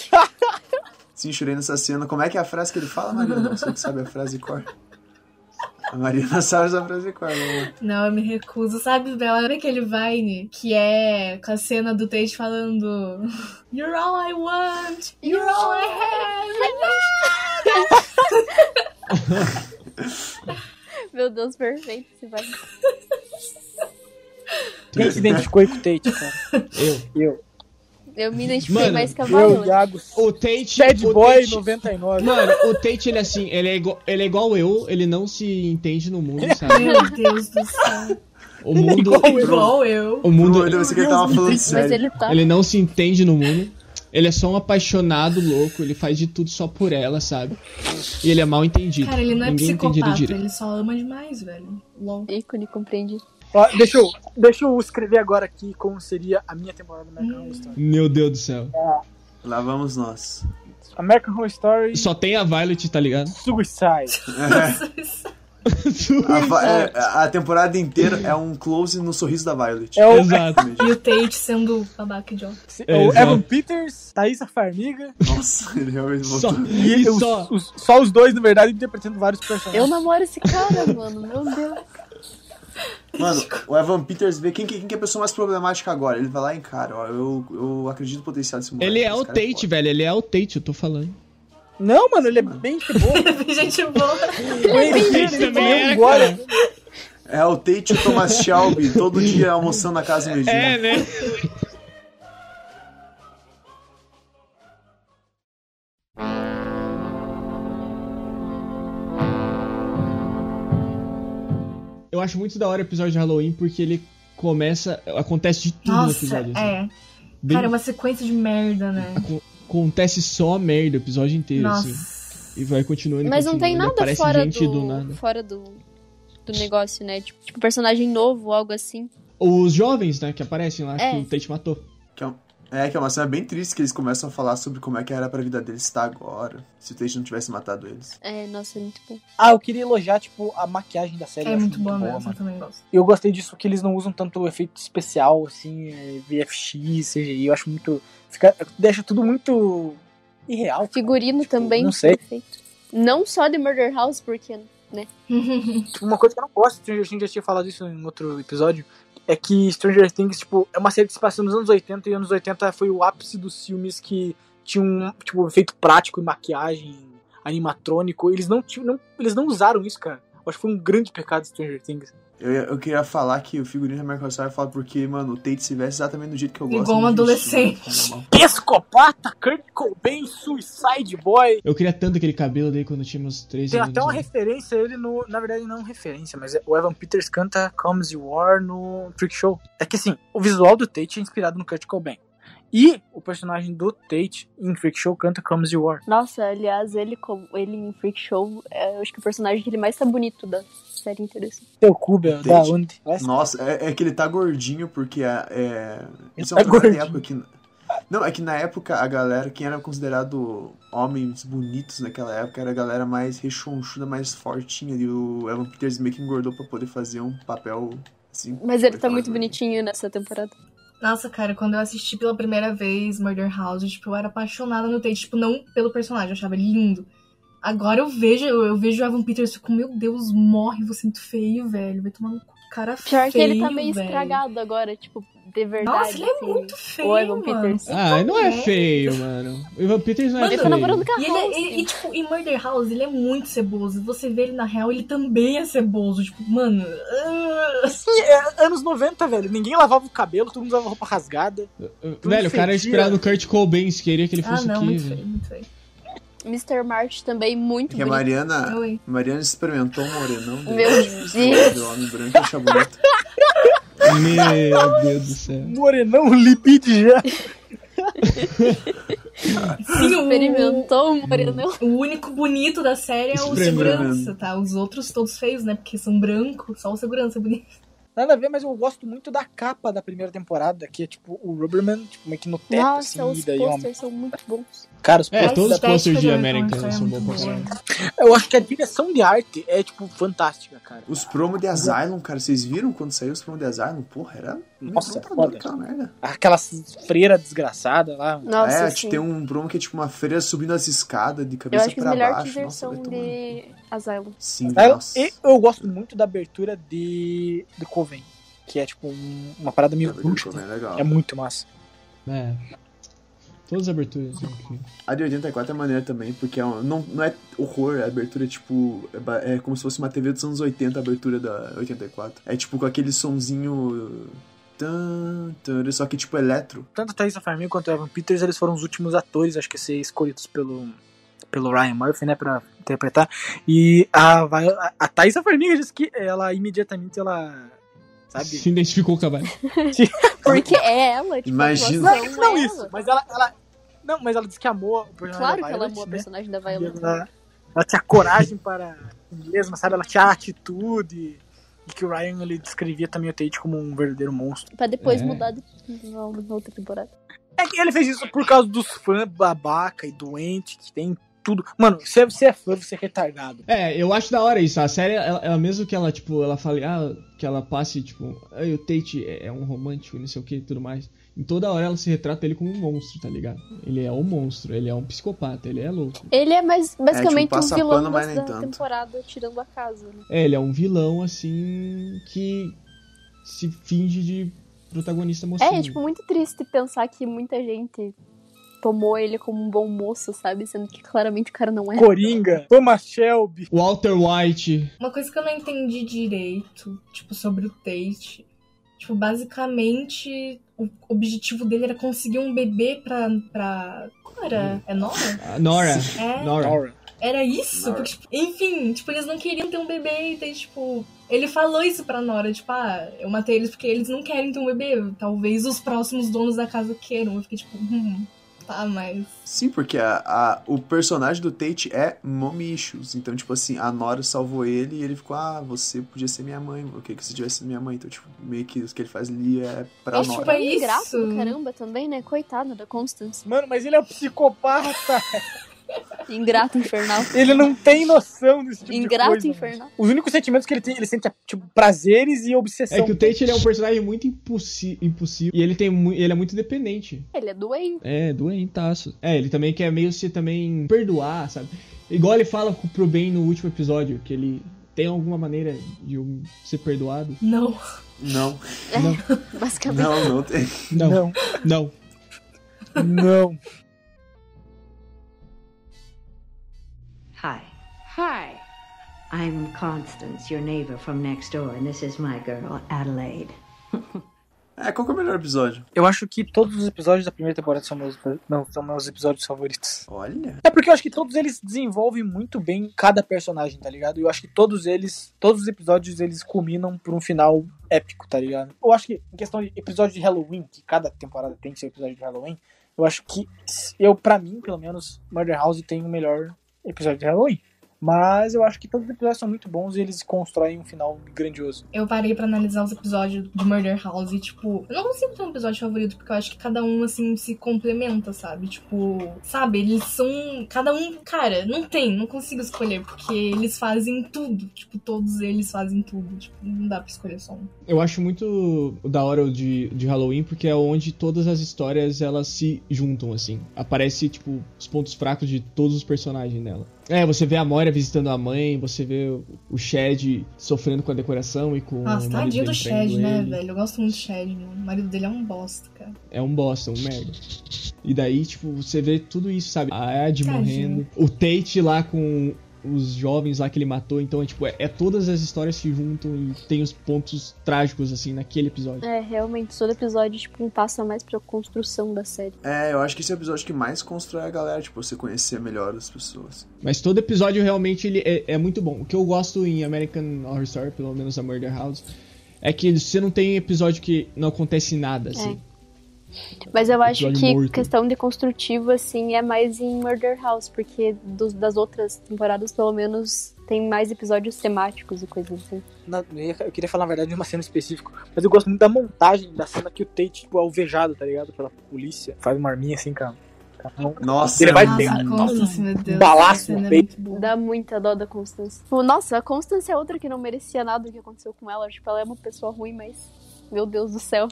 S5: Sim, chorei nessa cena. Como é que é a frase que ele fala, Marina? Você que sabe a frase de cor. A Marina sabe essa frase de cor. né?
S7: Não, eu me recuso. Sabe, Bela, era aquele Vine que é com a cena do Tate falando You're all I want, you're all I have.
S6: Meu Deus, perfeito. Você vai.
S3: Quem se identificou aí com o Tate, cara?
S4: Eu.
S3: Eu.
S6: Eu me identifiquei
S4: Mano,
S6: mais com a
S3: Eu,
S6: Viola.
S3: Iago.
S4: O Tate.
S3: Bad
S4: o
S3: Boy
S4: Tate-
S3: 99.
S4: Mano, o Tate, ele é assim, ele é, igual, ele é igual eu, ele não se entende no mundo, sabe?
S7: Meu Deus do céu.
S4: O mundo.
S7: Igual eu.
S4: O mundo.
S5: Eu pensei que ele tava falando
S6: Mas
S5: sério.
S6: ele tá.
S4: Ele não se entende no mundo. Ele é só um apaixonado louco, ele faz de tudo só por ela, sabe? E ele é mal entendido.
S7: Cara, ele não é
S4: Ninguém entende ele
S7: psicopata,
S4: direito.
S7: ele só ama demais, velho. Lol.
S6: Ícone, compreendi.
S3: Ó, deixa, eu, deixa eu escrever agora aqui como seria a minha temporada do American Horror Story.
S4: Meu Deus do céu.
S5: Lá vamos nós.
S3: American Horror Story
S4: Hum. Só tem a Violet, tá ligado?
S3: Suicide.
S5: A, va- é, a temporada inteira é um close no sorriso da Violet.
S3: É o
S4: Exato.
S7: E o Tate sendo babaca idiota.
S3: é o
S4: Exato.
S3: Evan Peters, Thaisa Farmiga.
S5: Nossa, ele realmente
S4: Só,
S5: voltou.
S4: e
S3: os-
S4: só.
S3: os- só os dois, na verdade, interpretando vários personagens.
S6: Eu namoro esse cara, mano. Meu Deus.
S5: Mano, o Evan Peters vê quem, que- quem que é a pessoa mais problemática agora. Ele vai lá e encara, ó. Eu, eu acredito no potencial desse moleque.
S4: Ele é
S5: esse
S4: o
S5: cara
S4: Tate,
S5: foda.
S4: velho. Ele é o Tate, eu tô falando.
S3: Não, mano, ele é bem de boa.
S7: Gente boa.
S3: Ele
S4: Esse também
S3: foi
S4: é,
S3: embora.
S5: É o Tate e o Thomas Shelby, todo dia almoçando na casa do Medina.
S4: né? Eu acho muito da hora o episódio de Halloween porque ele começa. Acontece de tudo no
S7: Nossa,
S4: episódio. assim.
S7: é.
S4: Bem-
S7: Cara, é uma sequência de merda, né?
S4: Aco- Acontece só merda o episódio inteiro, assim.
S7: Nossa.
S4: E vai continuando.
S6: Mas não tem
S4: continuando,
S6: nada
S4: aparece
S6: fora
S4: gente
S6: do,
S4: do... nada.
S6: fora do, do negócio, né? Tipo, tipo, personagem novo, algo assim.
S4: Os jovens, né, que aparecem lá,
S6: É.
S4: que o Tate matou.
S5: Que é um- É, que é uma cena bem triste que eles começam a falar sobre como é que era pra vida deles estar agora. Se o Tate não tivesse matado eles.
S6: É, nossa, é muito bom.
S3: Ah, eu queria elogiar, tipo, a maquiagem da série.
S7: É
S3: eu acho
S7: muito boa mesmo, eu
S3: mano.
S7: também gosto.
S3: Eu gostei disso que eles não usam tanto efeito especial, assim, é, VFX, CGI, eu acho muito. Fica, deixa tudo muito irreal. cara.
S6: Figurino
S3: Tipo,
S6: também.
S3: Não sei.
S6: Perfeito. Não só de Murder House, porque
S3: Tipo, uma coisa que eu não gosto, Stranger Things já tinha falado isso em outro episódio, é que Stranger Things, tipo, é uma série que se passou nos anos 80 e anos 80 foi o ápice dos filmes que tinham, tipo, efeito prático e maquiagem animatrônico. Eles não, tinham- não- eles não usaram isso, cara. Eu Acho que foi um grande pecado de Stranger Things.
S5: Eu, eu queria falar que o figurino da Michael Sarah fala porque, mano, o Tate se veste exatamente do jeito que eu gosto.
S7: Igual um
S5: me vestir,
S7: adolescente.
S5: mano.
S3: Pescopata, Kurt Cobain, Suicide Boy.
S4: Eu queria tanto aquele cabelo daí quando tinha uns 13
S3: Tem
S4: anos.
S7: um
S3: até uma
S4: né?
S3: referência a ele no. Na verdade, não referência, mas é- o Evan Peters canta Comes You Are no Freak Show. É que assim, o visual do Tate é inspirado no Kurt Cobain. E o personagem do Tate em Freak Show canta Comes You Are.
S6: Nossa, aliás, ele, como- ele em Freak Show, é, eu acho que o personagem que ele mais tá bonito da série assim. interessante.
S3: Teu Cuba,
S5: Tate.
S3: da onde? Essa?
S5: Nossa, é, é que ele tá gordinho porque a- é. Isso
S3: tá
S5: é uma coisa da
S3: gordinho.
S5: época que. Não, é que na época a galera, quem era considerado homens bonitos naquela época era a galera mais rechonchuda, mais fortinha. E o Evan Peters meio que engordou pra poder fazer um papel assim.
S6: Mas ele tá
S5: Coitado,
S6: muito
S5: né?
S6: bonitinho nessa temporada.
S7: Nossa, cara, quando eu assisti pela primeira vez Murder House, tipo, eu era apaixonada no Tate, tipo, não pelo personagem, eu achava ele lindo. Agora eu vejo, eu, eu vejo o Evan Peters, eu fico, meu Deus, morre, você é muito feio, velho, vai tomar no cu, cara
S6: Pior
S7: feio,
S6: que ele tá meio
S7: velho.
S6: estragado agora, tipo, de verdade.
S7: Nossa, ele é
S6: assim.
S7: muito feio,
S6: O Evan
S7: mano.
S6: Peters.
S4: Ah, não é
S7: né?
S4: feio, mano. O Ivan Peters não é
S6: Mano, ele tá namorando
S4: feio.
S6: com a
S7: E, ele,
S6: House.
S7: é- e, e, tipo, em Murder House, ele é muito ceboso. Você vê ele na real, ele também é ceboso. Tipo, mano. ah.
S3: Assim, é anos 90, velho. Ninguém lavava o cabelo, todo mundo usava roupa rasgada.
S4: Velho, o cara é inspirado no Kurt Cobain, se queria que ele
S7: Ah,
S4: fosse
S7: não,
S4: aqui,
S7: muito
S4: velho.
S7: feio, muito feio.
S6: Mr. assim. March também, muito
S5: Porque a
S6: bonito.
S5: Mariana.
S7: Oi.
S5: Mariana experimentou um morenão dele.
S6: Meu
S5: Do
S6: Deus.
S5: homem branco e achou bonito.
S4: Meu Deus do céu.
S3: Morenão Lipid um já.
S7: Sim, o,
S6: Experimentou um o
S5: Hum,
S6: Moreno.
S7: o único bonito da série é o
S4: Espremendo.
S7: segurança, tá? Os outros todos feios, né? Porque são brancos, só o segurança é bonito.
S3: Nada a ver, mas eu gosto muito da capa da primeira temporada, que é tipo o Rubberman, tipo, meio que no teto, assim,
S6: Nossa, os
S3: e daí uma
S6: posters são muito bons.
S3: Cara, os
S4: É,
S7: A
S3: posters
S4: todos os
S7: estética
S4: posters de
S7: do Evan
S4: American
S7: Peters é
S4: são
S7: muito
S4: bons pra
S7: boa.
S3: Eu acho que a direção de arte é, tipo, fantástica, cara.
S5: Os promo de Asylum, cara, vocês viram quando saiu os promo de Asylum? Porra, era meio
S3: Nossa, é
S5: assustador
S3: foda.
S5: aquela merda.
S3: Aquela freira desgraçada lá.
S6: Nossa,
S5: é,
S6: sim.
S5: tem um promo que é tipo uma feira subindo as escadas de
S6: Eu
S5: cabeça
S6: acho que a
S5: pra
S6: melhor
S5: baixo. Nossa,
S6: versão
S5: vai tomar no cu.
S6: de Asylum.
S5: Sim,
S3: Aí eu-
S5: nossa.
S3: E eu gosto muito da abertura de, de Coven, que é, tipo, um- uma parada meio rústica.
S5: É legal.
S3: É muito massa.
S4: É. Todas as aberturas. são incríveis.
S5: A de 84 é maneira também, porque é um- não, não é horror, a abertura é tipo. É, ba- é como se fosse uma TV dos anos 80, a abertura da 84. É tipo com aquele sonzinho. tan, tan, Só que tipo eletro.
S3: Tanto a Thaisa Farmiga quanto o Evan Peters, eles foram os últimos atores, acho que a ser escolhidos pelo, pelo Ryan Murphy, né, pra interpretar. E a, Vi- a, a Thaisa Farmiga disse que ela imediatamente, ela, sabe...
S4: Se identificou com a Bárbara.
S6: Porque é ela, tipo,
S5: Imagina.
S6: a
S3: Não,
S6: atuação
S3: não
S6: é
S3: isso,
S6: ela.
S3: mas ela, ela- Não, mas ela disse que amou o personagem
S6: Claro
S3: da
S6: que ela
S3: Violet,
S6: amou a
S3: né?
S6: personagem da
S3: E
S6: Violet.
S3: Ela, ela tinha coragem para si mesma, sabe? Ela tinha atitude. E que o Ryan ele descrevia também o Tate como um verdadeiro monstro.
S6: Pra depois
S4: É.
S6: mudar de... na na outra temporada.
S3: É que ele fez isso por causa dos fãs babaca e doente que tem tudo. Mano, se você é fã, você é retardado.
S4: É, eu acho da hora isso. A série, ela, ela mesmo que ela, tipo, ela fale, ah, que ela passe, tipo, ah, o Tate é, é um romântico e não sei o que e tudo mais. Em toda hora ela se retrata ele como um monstro, tá ligado? Ele é um monstro, ele é um psicopata, ele é louco.
S6: Ele é mais basicamente um
S5: tipo, passa
S6: vilão
S5: pano, mas
S6: da
S5: nem tanto.
S6: temporada, tirando a casa. Né?
S4: É, ele é um vilão, assim, que se finge de protagonista mocinho.
S6: É, é, tipo, muito triste pensar que muita gente tomou ele como um bom moço, sabe? Sendo que claramente o cara não é.
S3: Coringa, Thomas Shelby.
S4: Walter White.
S7: Uma coisa que eu não entendi direito, tipo, sobre o Tate. Tipo, basicamente, o objetivo dele era conseguir um bebê pra. pra... Como era? É Nora?
S4: a Ah, Nora.
S7: É.
S4: Nora.
S3: Nora.
S7: Era isso? Porque, tipo, enfim, tipo, eles não queriam ter um bebê, e daí, tipo. Ele falou isso pra Nora, tipo, ah, eu matei eles porque eles não querem ter um bebê. Talvez os próximos donos da casa queiram. Eu fiquei tipo, hum, gostar mais.
S5: Sim, porque a, a- o personagem do Tate é mommy issues. Então, tipo assim, a Nora salvou ele e ele ficou, ah, você podia ser minha mãe, o que que você tivesse sido minha mãe? Então, tipo, meio que o que ele faz ali é pra
S7: Nossa,
S5: Nora.
S7: tipo, é
S6: Ele é ingrato
S7: isso.
S6: do caramba também, né? Coitado da Constance.
S3: Mano, mas ele é um psicopata.
S6: Ingrato infernal.
S3: Ele não tem noção desse tipo
S6: Ingrato
S3: de coisa. mano.
S6: infernal.
S3: Os únicos sentimentos que ele tem, ele sente tipo, prazeres e obsessão.
S4: É que o Tate ele é um personagem muito impossi- impossível. E ele, tem mu- ele é muito dependente.
S6: Ele é doente.
S4: É, doentaço. É, ele também quer meio se também perdoar, sabe? Igual ele fala com- pro Ben no último episódio, que ele tem alguma maneira de um- ser perdoado.
S7: Não.
S5: Não,
S6: Basicamente.
S5: não, não tem.
S4: Não,
S3: Não,
S4: não.
S3: não.
S8: Hi. Hi. I'm Constance, your neighbor from next door, and this is my girl, Adelaide.
S5: É, qual que é o melhor episódio?
S3: Eu acho que todos os episódios da primeira temporada são meus, não, são meus episódios favoritos.
S5: Olha,
S3: É porque eu acho que todos eles desenvolvem muito bem cada personagem, tá ligado? E eu acho que todos eles, todos os episódios, eles culminam por um final épico, tá ligado? Eu acho que em questão de episódio de Halloween, que cada temporada tem seu episódio de Halloween, eu acho que eu, pra mim, pelo menos, Murder House tem o melhor episódio de Halloween. Mas eu acho que todos os episódios são muito bons e eles constroem um final grandioso.
S7: Eu parei pra analisar os episódios de Murder House e, tipo, eu não consigo ter um episódio favorito, porque eu acho que cada um, assim, se complementa, sabe? Tipo, sabe? Eles são. Cada um, cara, não tem, não consigo escolher, porque eles fazem tudo. Tipo, todos eles fazem tudo. Tipo, não dá pra escolher só um.
S4: Eu acho muito da hora o de, de Halloween, porque é onde todas as histórias elas se juntam, assim. Aparece, tipo, os pontos fracos de todos os personagens nela. É, você vê a Moira visitando a mãe, você vê o- o Shed sofrendo com a decoração e com.
S7: Nossa,
S4: o um marido
S7: tadinho tá
S4: dele
S7: do Chad,
S4: traindo
S7: né,
S4: ele.
S7: velho? Eu gosto muito do Chad, meu. O marido dele é um bosta, cara.
S4: É um bosta, um merda. E daí, tipo, você vê tudo isso, sabe? A Ed
S7: Tadinho.
S4: morrendo, o Tate lá com os jovens lá que ele matou. Então, é tipo, é, é todas as histórias se juntam e tem os pontos trágicos, assim, naquele episódio.
S6: É, realmente, todo episódio, tipo, um passo a mais pra construção da série.
S5: é, eu acho que esse é o episódio que mais constrói a galera, tipo, você conhecer melhor as pessoas.
S4: Mas todo episódio realmente ele é, é muito bom. O que eu gosto em American Horror Story, pelo menos a Murder House, é que você não tem episódio que não acontece nada, assim.
S6: Mas eu acho
S4: Episódio
S6: que
S4: morto.
S6: questão de construtivo, assim, é mais em Murder House, porque dos- das outras temporadas, pelo menos, tem mais episódios temáticos e coisas assim.
S3: Na- eu ia- eu queria falar, na verdade, de uma cena específica, mas eu gosto muito da montagem da cena que o Tate, tipo, é alvejado, tá ligado? Pela polícia. Faz uma arminha assim, cara.
S5: Nossa,
S3: Ele
S5: é
S3: vai
S5: muito-
S3: pegar.
S7: Nossa, Constance, meu Deus.
S3: Balaço
S7: essa cena
S3: no
S7: é
S3: peito.
S7: muito boa.
S6: Dá muita dó da Constance. Tipo, Nossa, a Constance é outra que não merecia nada do que aconteceu com ela. Tipo, ela é uma pessoa ruim, mas. Meu Deus do céu.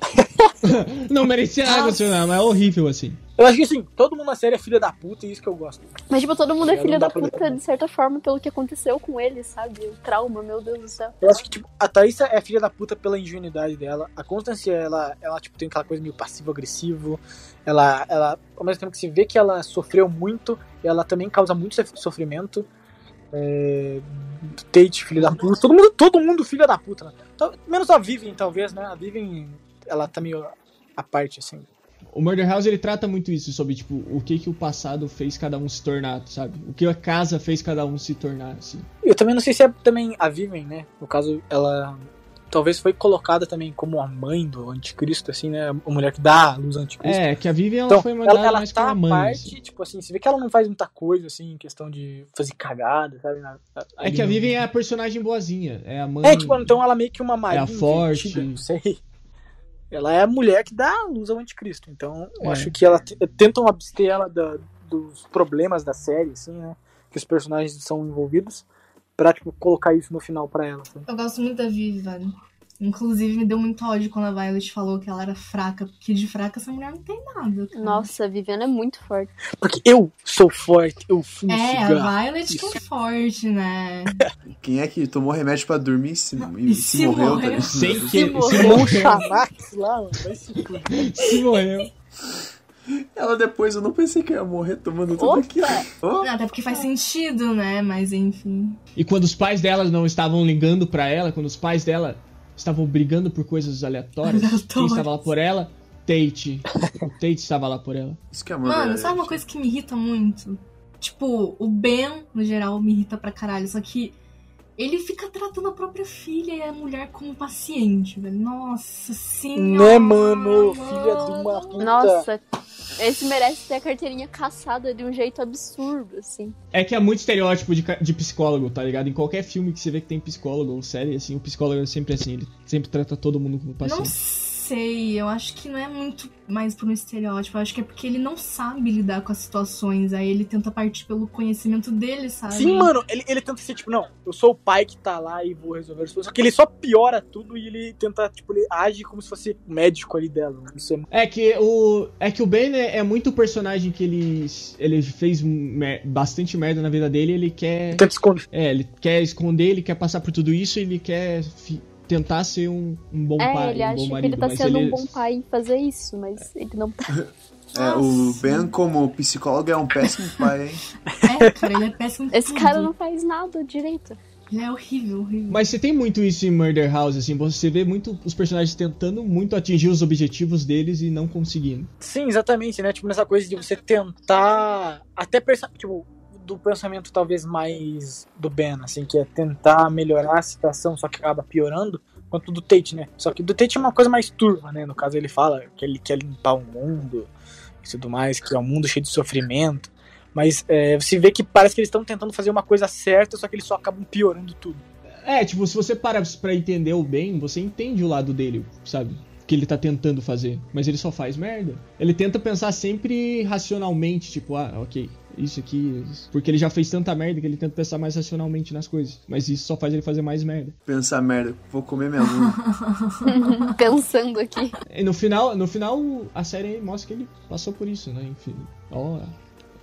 S4: Não merecia nada acontecer, não, mas é horrível, assim.
S3: Eu acho que assim, todo mundo na série é filha da puta e isso que eu gosto.
S6: Mas, tipo, todo mundo é
S3: Não
S6: filho
S3: dá
S6: da
S3: pra
S6: puta,
S3: aguentar.
S6: de certa forma, pelo que aconteceu com ele, sabe? O trauma, meu Deus do céu.
S3: Eu acho que, tipo, a Thaísa é filha da puta pela ingenuidade dela. A Constance, ela, ela tipo, tem aquela coisa meio passivo-agressivo. Ela, ela, ao mesmo tempo que se vê que ela sofreu muito, ela também causa muito sof- sofrimento. É, do Tate, filha da puta. Todo mundo, todo mundo filha da puta. né? Tal- Menos a Vivian, talvez, né? A Vivian, ela tá meio à parte, assim.
S4: O Murder House ele trata muito isso sobre tipo o que que o passado fez cada um se tornar, sabe? O que a casa fez cada um se tornar, assim.
S3: Eu também não sei se é também a Vivian, né? No caso, ela talvez foi colocada também como a mãe do anticristo, assim, né? A mulher que dá a luz ao anticristo.
S4: É, que a Vivian ela
S3: Então,
S4: foi mandada
S3: ela, ela
S4: mais
S3: tá
S4: pela
S3: à
S4: mãe.
S3: parte,
S4: assim.
S3: tipo assim, você vê que ela não faz muita coisa, assim, em questão de fazer cagada, sabe? Na-
S4: É que a Vivian é a personagem boazinha, é a mãe.
S3: É, tipo, então ela é meio que uma Maria
S4: É a forte.
S3: invertida, não sei. Ela é a mulher que dá a luz ao anticristo, então eu
S4: É.
S3: acho que ela t- tentam abster ela da- dos problemas da série, assim, né? Que os personagens são envolvidos, pra, tipo, colocar isso no final pra ela, sabe?
S7: Eu gosto muito da Vivi, velho. Inclusive, me deu muito ódio quando a Violet falou que ela era fraca, porque de fraca essa mulher não tem nada. cara.
S6: Nossa, a Viviana é muito forte.
S3: Porque eu sou forte, eu fumo
S7: É,
S3: cigarro.
S7: a Violet que é forte, né?
S5: Quem é que tomou remédio pra dormir e se, e
S7: E
S5: se
S7: se
S5: morreu, tá
S7: morreu.
S5: ligado?
S4: Sem que
S6: Se
S4: se
S3: Ou
S6: morreu.
S3: o
S4: morreu,
S3: Xanax lá, mano, vai se
S6: é
S3: fuder.
S4: se morreu.
S5: Ela depois, eu não pensei que eu ia morrer tomando tudo
S6: Opa!
S5: aquilo. Ó,
S7: Até porque faz sentido, né? Mas enfim.
S4: E quando os pais dela não estavam ligando pra ela, quando os pais dela estavam brigando por coisas aleatórias, quem
S7: Aleatórias.
S4: estava lá por ela? Tate. O Tate estava lá por ela.
S5: Isso que é amor.
S7: Mano,
S5: verdade.
S7: sabe uma coisa que me irrita muito? Tipo, o Ben, no geral, me irrita pra caralho. Só que Ele fica tratando a própria filha e a mulher como paciente, velho. Nossa senhora.
S3: Né, mano? Filha de uma puta.
S6: Nossa, esse merece ter a carteirinha caçada de um jeito absurdo, assim.
S4: É que é muito estereótipo de, ca- de psicólogo, tá ligado? Em qualquer filme que você vê que tem psicólogo ou série, assim, o psicólogo é sempre assim, ele sempre trata todo mundo como
S7: Não
S4: paciente.
S7: sei, eu acho que não é muito mais por um estereótipo. Eu acho que é porque ele não sabe lidar com as situações. Aí ele tenta partir pelo conhecimento dele, sabe?
S3: Sim, mano, ele, ele tenta ser tipo, não, eu sou o pai que tá lá e vou resolver as coisas. Só que ele só piora tudo e ele tenta, tipo, ele age como se fosse o médico ali dela. né? Isso é
S4: É que o é que o Ben é, é muito personagem que ele ele fez mer- bastante merda na vida dele, ele quer
S3: tenta esconder.
S4: é, ele quer esconder, ele quer passar por tudo isso, ele quer fi- tentar ser um, um bom
S6: É,
S4: pai,
S6: ele
S4: um bom
S6: acha que
S4: marido,
S6: ele tá
S4: mas
S6: sendo
S4: ele
S6: um bom pai em fazer isso, mas ele não tá.
S5: É, o
S7: Nossa.
S5: Ben, como psicólogo, é um péssimo pai, hein?
S7: É, cara, ele é péssimo. em
S6: Esse
S7: tudo.
S6: cara não faz nada direito.
S7: Ele é horrível, horrível.
S4: Mas você tem muito isso em Murder House, assim, você vê muito os personagens tentando muito atingir os objetivos deles e não conseguindo.
S3: Sim, exatamente, né? Tipo, nessa coisa de você tentar. Até pensar. Tipo, do pensamento talvez mais do Ben, assim, que é tentar melhorar a situação, só que acaba piorando, quanto do Tate, né? Só que do Tate é uma coisa mais turva, né? No caso, ele fala que ele quer limpar o mundo e tudo mais, que é um mundo cheio de sofrimento. Mas é, você vê que parece que eles estão tentando fazer uma coisa certa, só que eles só acabam piorando tudo.
S4: É, tipo, se você para pra entender o Ben, você entende o lado dele, sabe? Que ele tá tentando fazer, mas ele só faz merda. Ele tenta pensar sempre racionalmente, tipo, ah, ok, isso aqui. isso- Porque ele já fez tanta merda que ele tenta pensar mais racionalmente nas coisas. Mas isso só faz ele fazer mais merda.
S5: Pensar merda, vou comer minha mãe.
S6: Pensando aqui.
S4: E no final, no final a série mostra que ele passou por isso, né? Enfim. Ó,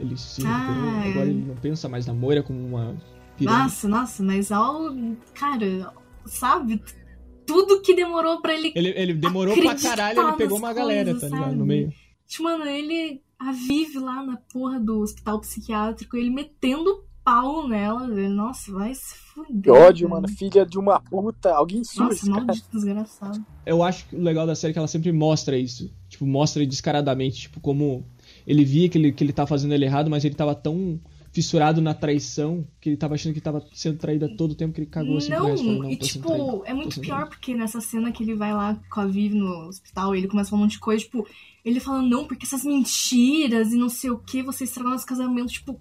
S4: ele se recuperou.
S7: Ah, é.
S4: Agora ele não pensa mais na Moira como uma piranha.
S7: Nossa, nossa, mas ó, o- cara, sabe? T- Tudo que demorou pra ele.
S4: Ele, ele demorou pra
S7: Acreditar
S4: caralho, ele
S7: nas
S4: pegou uma galera,
S7: coisas,
S4: tá ligado?
S7: sabe?
S4: No meio.
S7: Tipo, Mano, ele a vive lá na porra do hospital psiquiátrico, ele metendo pau nela, velho. Nossa, vai se fuder.
S3: Que ódio,
S7: velho.
S3: mano. Filha de uma puta. Alguém surge.
S7: Nossa, maldito desgraçado.
S4: Eu acho que o legal da série é que ela sempre mostra isso. Tipo, mostra descaradamente, tipo, como ele via que ele, que ele tá fazendo ele errado, mas ele tava tão fissurado na traição que ele tava achando que tava sendo traído a todo o tempo que ele cagou assim pro resto. Falou,
S7: Não,
S4: não,
S7: e
S4: tô sendo traído.
S7: tipo, é muito
S4: sendo
S7: pior
S4: traído.
S7: porque nessa cena que ele vai lá com a Vivi no hospital, ele começa a falar um monte de coisa, tipo, ele fala, não, porque essas mentiras e não sei o que, você estragou nosso casamento, tipo,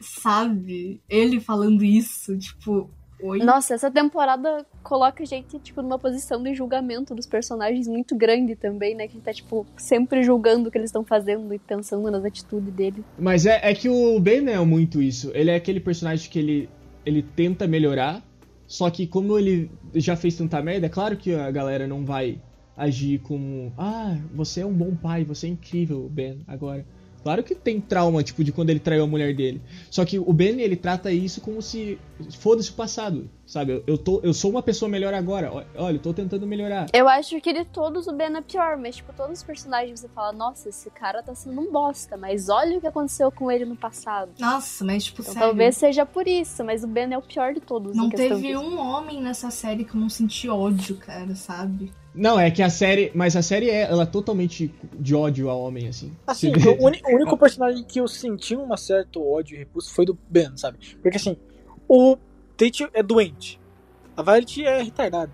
S7: sabe? Ele falando isso, tipo, oi.
S6: Nossa, essa temporada coloca a gente, tipo, numa posição de julgamento dos personagens muito grande também, né? Que a gente tá, tipo, sempre julgando o que eles estão fazendo e pensando nas atitudes dele.
S4: Mas é, é que o Ben é muito isso. Ele é aquele personagem que ele, ele tenta melhorar, só que como ele já fez tanta merda, é claro que a galera não vai agir como Ah, você é um bom pai, você é incrível, Ben, agora. Claro que tem trauma, tipo, de quando ele traiu a mulher dele. Só que o Ben, ele trata isso como se... Foda-se o passado, sabe? Eu, eu, tô, eu sou uma pessoa melhor agora. Ó- Olha, eu tô tentando melhorar.
S6: Eu acho que de todos o Ben é pior, mas, tipo, todos os personagens você fala, nossa, esse cara tá sendo um bosta, mas olha o que aconteceu com ele no passado.
S7: Nossa, mas tipo,
S6: Então,
S7: sério.
S6: talvez seja por isso, mas o Ben é o pior de todos.
S7: Não
S6: em questão
S7: teve
S6: disso.
S7: um homem nessa série que eu não senti ódio, cara, sabe?
S4: Não, é que a série... Mas a série é ela é totalmente de ódio ao homem, assim.
S3: Assim,
S4: Você vê?
S3: o, uni- o único personagem que eu senti um certo ódio e repulso foi do Ben, sabe? Porque assim, o Tate é doente. A Violet é retardada.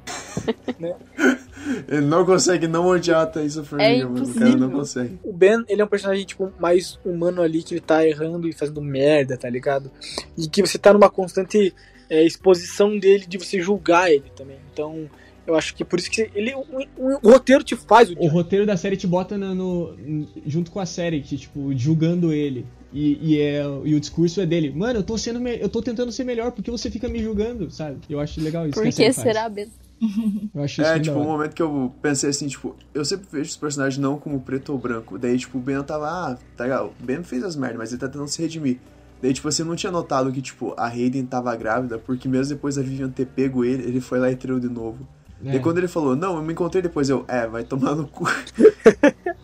S5: Ele não consegue não odiar a Thaisa Formiga, mano. O cara não
S6: impossível.
S5: consegue.
S3: O Ben, ele é um personagem, tipo, mais humano ali, que ele tá errando e fazendo merda, tá ligado? E que você tá numa constante é, exposição dele de você julgar ele também. Então, eu acho que por isso que ele, o, o- o roteiro te faz o
S4: O
S3: dia.
S4: roteiro da série te bota na- no, junto com a série, que, tipo, julgando ele. E, e, é, e o discurso é dele. Mano, eu tô sendo me- eu tô tentando ser melhor, porque você fica me julgando, sabe? Eu acho legal
S7: um
S4: isso.
S6: Por
S4: que é a série
S6: que
S4: faz.
S6: será, Ben?
S4: Eu acho isso
S5: É,
S4: bem
S5: tipo,
S4: da
S5: um
S4: hora.
S5: momento que eu pensei assim, tipo, eu sempre vejo os personagens não como preto ou branco. Daí, tipo, o Ben tava, ah, tá legal, o Ben fez as merdas, mas ele tá tentando se redimir. Daí, tipo, você não tinha notado que, tipo, a Hayden tava grávida, porque mesmo depois da Vivian ter pego ele, ele foi lá e traiu de novo.
S4: É.
S5: Daí um- quando ele falou, não, eu me encontrei depois, eu, é, vai tomar no cu.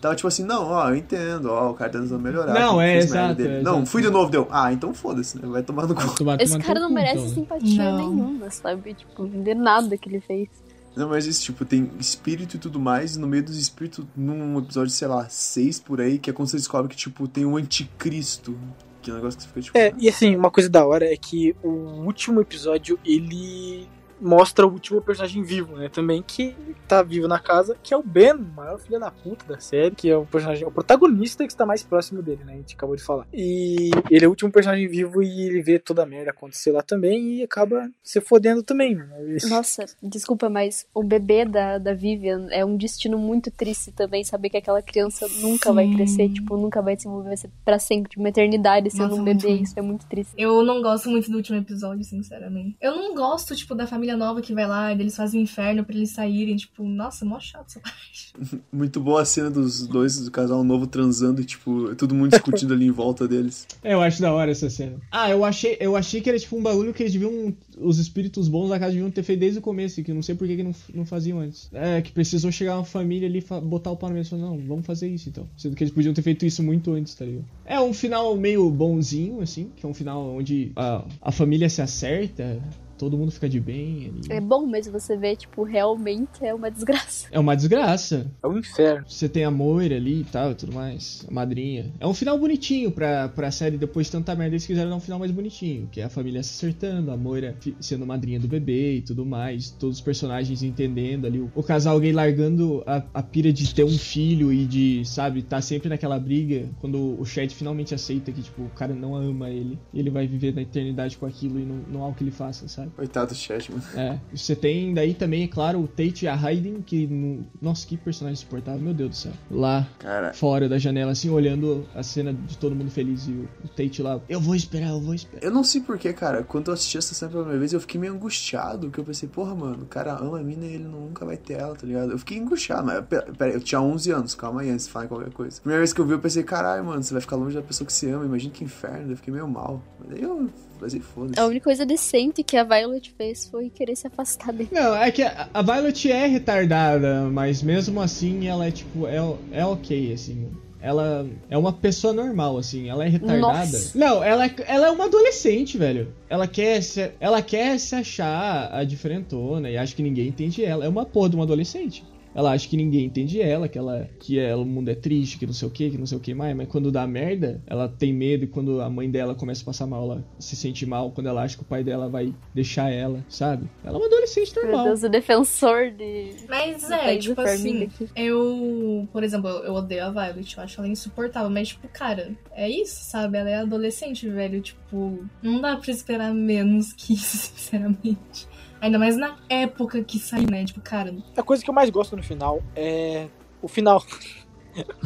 S5: tava tipo assim, não, ó, eu entendo, ó, o cara tá tentando melhorar.
S4: Não,
S5: fez
S4: é,
S5: merda
S4: exato,
S5: dele.
S4: é,
S5: não,
S4: exato.
S5: fui de novo, deu, ah, então foda-se, né, vai tomar no cu.
S4: Tomar-
S6: Esse
S4: tomar Tá teu
S6: cara não
S4: cu,
S6: merece
S4: então, né?
S6: simpatia
S7: Não.
S6: nenhuma, sabe? Tipo, de nada que ele fez.
S5: Não, mas isso, tipo, tem espírito e tudo mais, e no meio dos espíritos, num episódio, sei lá, seis por aí, que é quando você descobre que, tipo, tem um anticristo. Que é um negócio que você fica tipo.
S3: É,
S5: né?
S3: e assim, uma coisa da hora é que o último episódio, ele mostra o último personagem vivo, né, também, que tá vivo na casa, que é o Ben, o maior filho da puta da série, que é o personagem, o protagonista que está mais próximo dele, né, a gente acabou de falar. E ele é o último personagem vivo e ele vê toda a merda acontecer lá também e acaba se fodendo também, né.
S6: Nossa, desculpa, mas o bebê da, da Vivian é um destino muito triste também, saber que aquela criança nunca vai
S7: Sim.
S6: crescer, tipo, nunca vai desenvolver, vai ser pra sempre, tipo, uma eternidade sendo
S7: Nossa,
S6: um
S7: muito
S6: bebê,
S7: ruim.
S6: isso é muito triste.
S7: Eu não gosto muito do último episódio, sinceramente. Eu não gosto, tipo, da família nova que vai lá e eles fazem inferno pra eles saírem. Tipo, nossa, mó chato essa parte.
S5: Muito boa a cena dos dois, do casal novo transando e, tipo, todo mundo discutindo ali em volta deles.
S4: É, eu acho da hora essa cena. Ah, eu achei, eu achei que era tipo um bagulho que eles deviam. Os espíritos bons da casa deviam ter feito desde o começo, que eu não sei por que, que não, não faziam antes. É, que precisou chegar uma família ali, fa- botar o pau no meio e falar, não, vamos fazer isso então. Sendo que eles podiam ter feito isso muito antes, tá ligado? É um final meio bonzinho, assim, que é um final onde a, a família se acerta, todo mundo fica de bem. ali.
S6: É bom, mas você vê, tipo, realmente é uma desgraça.
S4: É uma desgraça.
S3: É um inferno.
S4: Você tem a Moira ali e tal e tudo mais, a madrinha. É um final bonitinho pra, pra série, depois de tanta merda, eles quiseram dar um final mais bonitinho, que é a família se acertando, a Moira fi- sendo madrinha do bebê e tudo mais, todos os personagens entendendo ali, o, o casal gay largando a, a pira de ter um filho e de, sabe, tá sempre naquela briga, quando o Chad finalmente aceita que, tipo, o cara não ama ele, e ele vai viver na eternidade com aquilo e não, não há o que ele faça, sabe?
S5: Coitado do chat, mano.
S4: É, você tem daí também, é claro, o Tate e a Hayden, que. no- Nossa, que personagem suportável, meu Deus do céu. Lá
S5: Cara,
S4: fora da janela, assim, olhando a cena de todo mundo feliz e o o Tate lá. Eu vou esperar, eu vou esperar.
S5: eu não sei porquê, cara. Quando eu assisti essa cena pela primeira vez, eu fiquei meio angustiado. Que eu pensei, porra, mano, o cara ama a mina e ele nunca vai ter ela, tá ligado? Eu fiquei angustiado, mas pera, pera, eu tinha 11 anos, calma aí antes de falar qualquer coisa. Primeira vez que eu vi, eu pensei, caralho, mano, você vai ficar longe da pessoa que você ama, imagina que inferno. Eu fiquei meio mal. Mas aí eu. Mas aí foda-se.
S6: A única coisa decente que a Violet fez foi querer se afastar dele.
S4: Não, é que a a Violet é retardada, mas mesmo assim ela é tipo, é, é ok, assim. Ela é uma pessoa normal, assim, ela é retardada.
S6: Nossa.
S4: Não, ela, é- ela é uma adolescente, velho. Ela quer, se, ela quer se achar a diferentona e acha que ninguém entende ela. É uma porra de uma adolescente. Ela acha que ninguém entende ela, que ela que ela, o mundo é triste, que não sei o que, que não sei o que mais, mas quando dá merda, ela tem medo e quando a mãe dela começa a passar mal, ela se sente mal, quando ela acha que o pai dela vai deixar ela, sabe? Ela é uma adolescente
S6: Meu
S4: normal.
S6: Deus, o defensor de.
S7: Tá Mas
S6: do
S7: é,
S6: país
S7: tipo
S6: da família
S7: assim.
S6: aqui.
S7: Eu, por exemplo, eu eu odeio a Violet, eu acho ela insuportável, mas, tipo, cara, é isso, sabe? Ela é adolescente, velho, tipo, não dá pra esperar menos que isso, sinceramente. Ainda mais na época que saiu, né? Tipo, cara,
S3: A coisa que eu mais gosto no final é o final.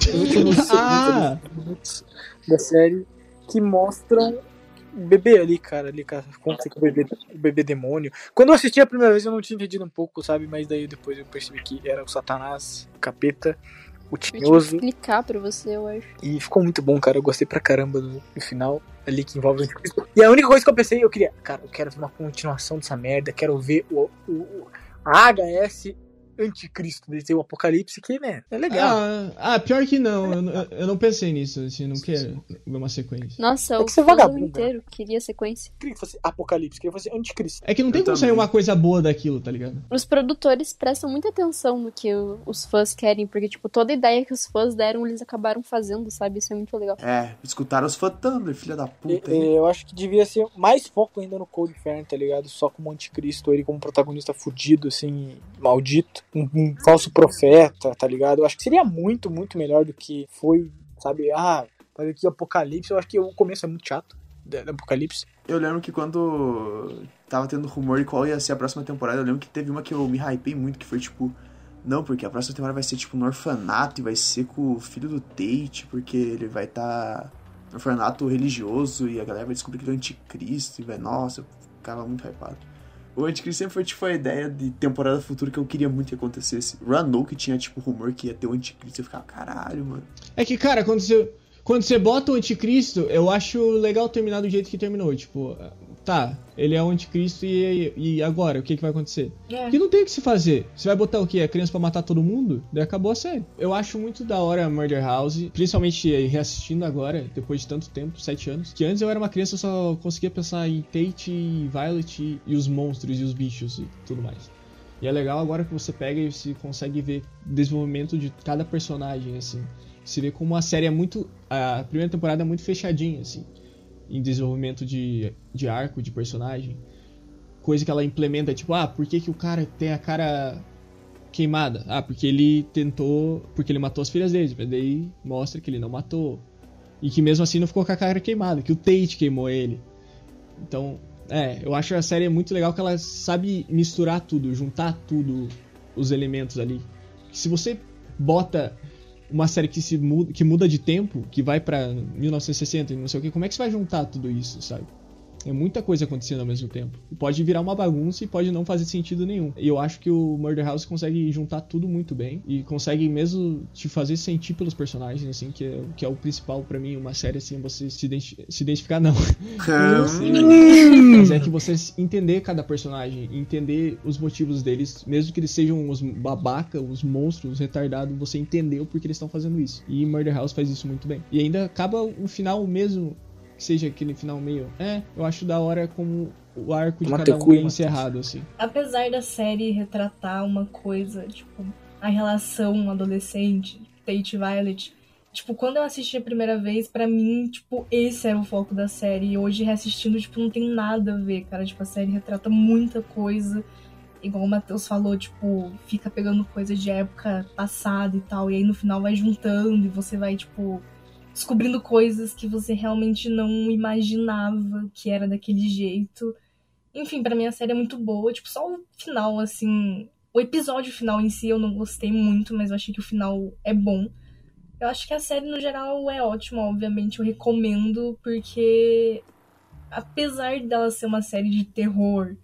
S3: Os últimos
S4: Ah!
S3: segundos, minutos da série que mostram o bebê ali, cara, ali, cara, acontece com o bebê, o bebê demônio. Quando eu assisti a primeira vez eu não tinha entendido um pouco, sabe? Mas daí depois eu percebi que era o Satanás, o capeta, o
S6: Eu tive que
S3: tinhoso.
S6: explicar pra você, eu acho.
S3: E ficou muito bom, cara. Eu gostei pra caramba do, do final ali que envolve. E a única coisa que eu pensei, eu queria, cara, eu quero ver uma continuação dessa merda, quero ver o, o, o- a HS anticristo desse o apocalipse, que, né, é legal.
S4: Ah, ah, pior que não, eu, não- eu não pensei nisso, assim, não quero ver uma sequência.
S6: Nossa,
S3: que
S6: o
S3: você é
S6: fandom
S3: vagabunda.
S6: inteiro queria sequência.
S3: Eu queria que fosse apocalipse, eu queria que fosse anticristo.
S4: É que não tem
S5: Eu
S4: como sair
S5: também.
S4: uma coisa boa daquilo, tá ligado?
S6: Os produtores prestam muita atenção no que o- os fãs querem, porque, tipo, toda ideia que os fãs deram, eles acabaram fazendo, sabe? Isso é muito legal.
S5: É, escutaram os fã Thunder, filha da
S3: E-
S5: puta. né? hein?
S3: e eu acho que devia ser mais foco ainda no Cold Inferno, tá ligado? Só com o anticristo, ele como protagonista fudido, assim, maldito, um, um falso profeta, tá ligado? Eu acho que seria muito, muito melhor do que foi, sabe? Ah, olha aqui apocalipse. Eu acho que o começo é muito chato da- do apocalipse.
S5: Eu lembro que quando tava tendo rumor de qual ia ser a próxima temporada, eu lembro que teve uma que eu me hypei muito, que foi tipo, não, porque a próxima temporada vai ser tipo no orfanato e vai ser com o filho do Tate, porque ele vai estar tá no orfanato religioso e a galera vai descobrir que ele é o anticristo e vai, nossa, eu ficava muito hypado. O anticristo sempre foi tipo a ideia de temporada futura que eu queria muito que acontecesse. Runou que tinha tipo rumor que ia ter o anticristo, eu ficava, caralho, mano.
S4: É que, cara, quando você, quando você bota o anticristo, eu acho legal terminar do jeito que terminou. Tipo, tá, ele é o anticristo e, e agora? O que, que vai acontecer?
S7: é.
S4: Porque não tem o que se fazer. Você vai botar o quê? A criança pra matar todo mundo? Daí acabou a série. Eu acho muito da hora Murder House, principalmente eh, reassistindo agora, depois de tanto tempo, sete anos. Que antes eu era uma criança, eu só conseguia pensar em Tate e Violet e- e os monstros e os bichos e tudo mais. E é legal agora que você pega e você consegue ver desenvolvimento de cada personagem, assim. Você vê como a série é muito. A primeira temporada é muito fechadinha, assim. em desenvolvimento de, de arco, de personagem. Coisa que ela implementa, tipo, ah, por que, que o cara tem a cara queimada? Ah, porque ele tentou. Porque ele matou as filhas dele, mas daí mostra que ele não matou. E que mesmo assim não ficou com a cara queimada, que o Tate queimou ele. Então, é, eu acho a série muito legal que ela sabe misturar tudo, juntar tudo, os elementos ali. Se você bota uma série que se muda, que muda de tempo, que vai pra 1960 e não sei o que, como é que você vai juntar tudo isso, sabe? É muita coisa acontecendo ao mesmo tempo. E pode virar uma bagunça e pode não fazer sentido nenhum. E eu acho que o Murder House consegue juntar tudo muito bem e consegue mesmo te fazer sentir pelos personagens, assim, que é, que é o principal pra mim, uma série assim, você se, identi- se identificar, não. Uhum. Mas é que você entender cada personagem, entender os motivos deles, mesmo que eles sejam os babaca, os monstros, os retardados, você entendeu porque eles estão fazendo isso. E Murder House faz isso muito bem. E ainda acaba um final mesmo, que seja aquele final meio. É, eu acho da hora como o arco de
S3: Toma teu
S4: cada um
S3: cu,
S4: é
S3: Matheus.
S4: encerrado, assim.
S7: apesar da série retratar uma coisa, tipo, a relação adolescente, Tate e Violet, tipo, quando eu assisti a primeira vez, pra mim, tipo, esse era o foco da série. E hoje, reassistindo, tipo, não tem nada a ver, cara. Tipo, a série retrata muita coisa. Igual o Matheus falou, tipo, fica pegando coisa de época passada e tal. E aí no final vai juntando e você vai, tipo, descobrindo coisas que você realmente não imaginava que era daquele jeito. Enfim, pra mim a série é muito boa. Tipo, só o final, assim. O episódio final em si eu não gostei muito, mas eu achei que o final é bom. Eu acho que a série, no geral, é ótima, obviamente. Eu recomendo, porque. Apesar dela ser uma série de terror,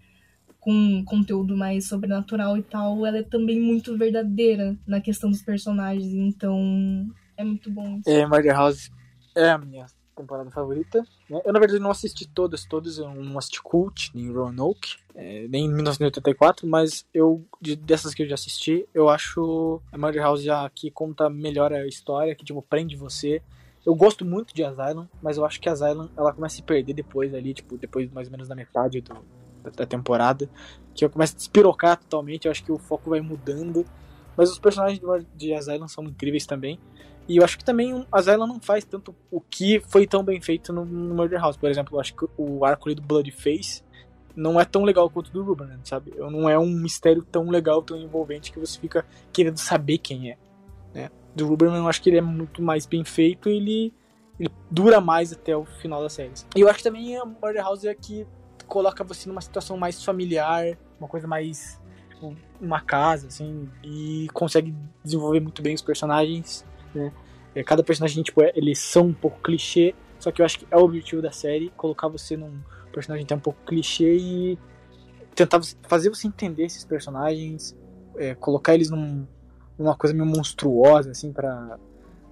S7: com conteúdo mais sobrenatural e tal, ela é também muito verdadeira na questão dos personagens. Então. É muito bom. isso.
S3: É, Murder House é a minha temporada favorita. né? Eu, na verdade, não assisti todas, todas. Eu não assisti Cult, nem Roanoke, é, nem 1984, mas eu, de- dessas que eu já assisti, eu acho a Murder House já que conta melhor a história, que, tipo, prende você. Eu gosto muito de Asylum, mas eu acho que Asylum, ela começa a se perder depois ali, tipo, depois mais ou menos da metade do- da, da temporada, que eu começo a despirocar totalmente, eu acho que o foco vai mudando. Mas os personagens de, Mur- de Asylum são incríveis também. E eu acho que também um, a Zayla não faz tanto o que foi tão bem feito no, no Murder House. Por exemplo, eu acho que o arco ali do Bloodface não é tão legal quanto o do Ruben, sabe? Não é um mistério tão legal, tão envolvente que você fica querendo saber quem é. Né? Do Ruberman eu acho que ele é muito mais bem feito e ele, ele dura mais até o final da série. assim. E eu acho que também a Murder House é a que coloca você numa situação mais familiar, uma coisa mais. tipo, uma casa, assim, e consegue desenvolver muito bem os personagens. É, cada personagem, tipo, é- eles são um pouco clichê, só que eu acho que é o objetivo da série colocar você num personagem que é um pouco clichê e tentar você- fazer você entender esses personagens, é, colocar eles num- numa coisa meio monstruosa, assim, pra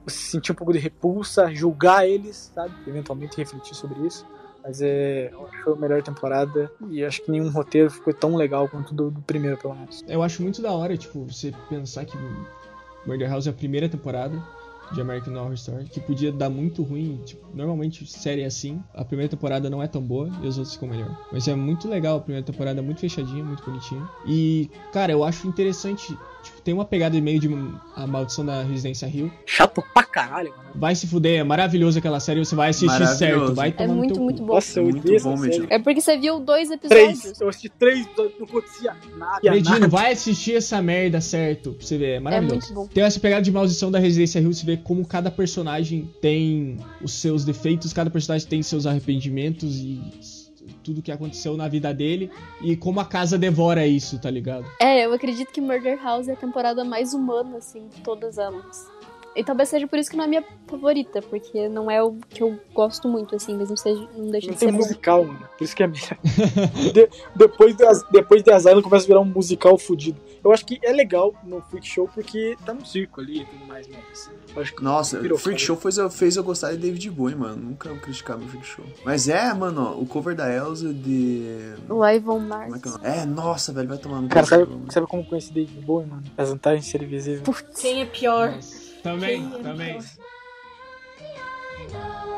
S3: você sentir um pouco de repulsa, julgar eles, sabe? Eventualmente refletir sobre isso. Mas é, eu acho a melhor temporada e acho que nenhum roteiro ficou tão legal quanto o do, do primeiro, pelo menos.
S4: Eu acho muito da hora, tipo, você pensar que Murder House é a primeira temporada de American Horror Story, que podia dar muito ruim, tipo, normalmente série é assim, a primeira temporada não é tão boa e as outras ficam melhor. Mas é muito legal, a primeira temporada é muito fechadinha, muito bonitinha. E, cara, eu acho interessante, tipo, tem uma pegada meio de A Maldição da Residência Hill.
S3: Chato pra caralho, mano.
S4: Vai se fuder, é maravilhoso aquela série, você vai assistir
S5: Maravilhoso.
S4: certo, vai
S5: É
S4: tomar
S6: É
S4: no
S6: muito,
S4: teu
S6: muito
S4: cu.
S6: bom.
S3: Nossa, eu
S5: Muito
S3: odeio essa
S5: bom,
S3: série.
S5: Medina.
S6: É porque você viu dois
S3: Três,
S6: episódios. É
S3: eu assisti três episódios, não acontecia nada.
S4: Medino,
S3: nada.
S4: vai assistir essa merda certo, pra você ver, é
S6: É
S4: maravilhoso.
S6: muito bom.
S4: Tem essa pegada de maldição da Residência Hill, você vê como cada personagem tem os seus defeitos, cada personagem tem seus arrependimentos e s- tudo que aconteceu na vida dele e como a casa devora isso, tá ligado?
S6: É, eu acredito que Murder House é a temporada mais humana, assim, de todas elas. E talvez seja por isso que não é a minha favorita, porque não é o que eu gosto muito, assim, mesmo seja, não deixa
S3: Não
S6: de
S3: tem
S6: ser bom.
S3: musical, mano. Por isso que é merda. De- depois, de, Az- depois de Asylum começa a virar um musical fudido. Eu acho que é legal no Freak Show porque tá num circo ali e tudo mais, mas. eu acho que-
S5: Nossa,
S3: Pirou,
S5: Freak
S3: cara.
S5: Show fez, eu- fez eu gostar de David Bowie, mano. Nunca vou criticar meu Freak Show. Mas é, mano, ó, o cover da Elsa de.
S6: Lá e Von
S5: Como é que é o
S6: Mars.
S5: nome? É, nossa, velho, vai tomar no
S3: Cara,
S5: cu,
S3: sabe,
S5: mano.
S3: sabe como conheci David Bowie, mano? As vantagens de ser invisível.
S6: Putz.
S7: Quem é pior?
S4: Também,
S7: Quem é
S4: também.
S7: pior?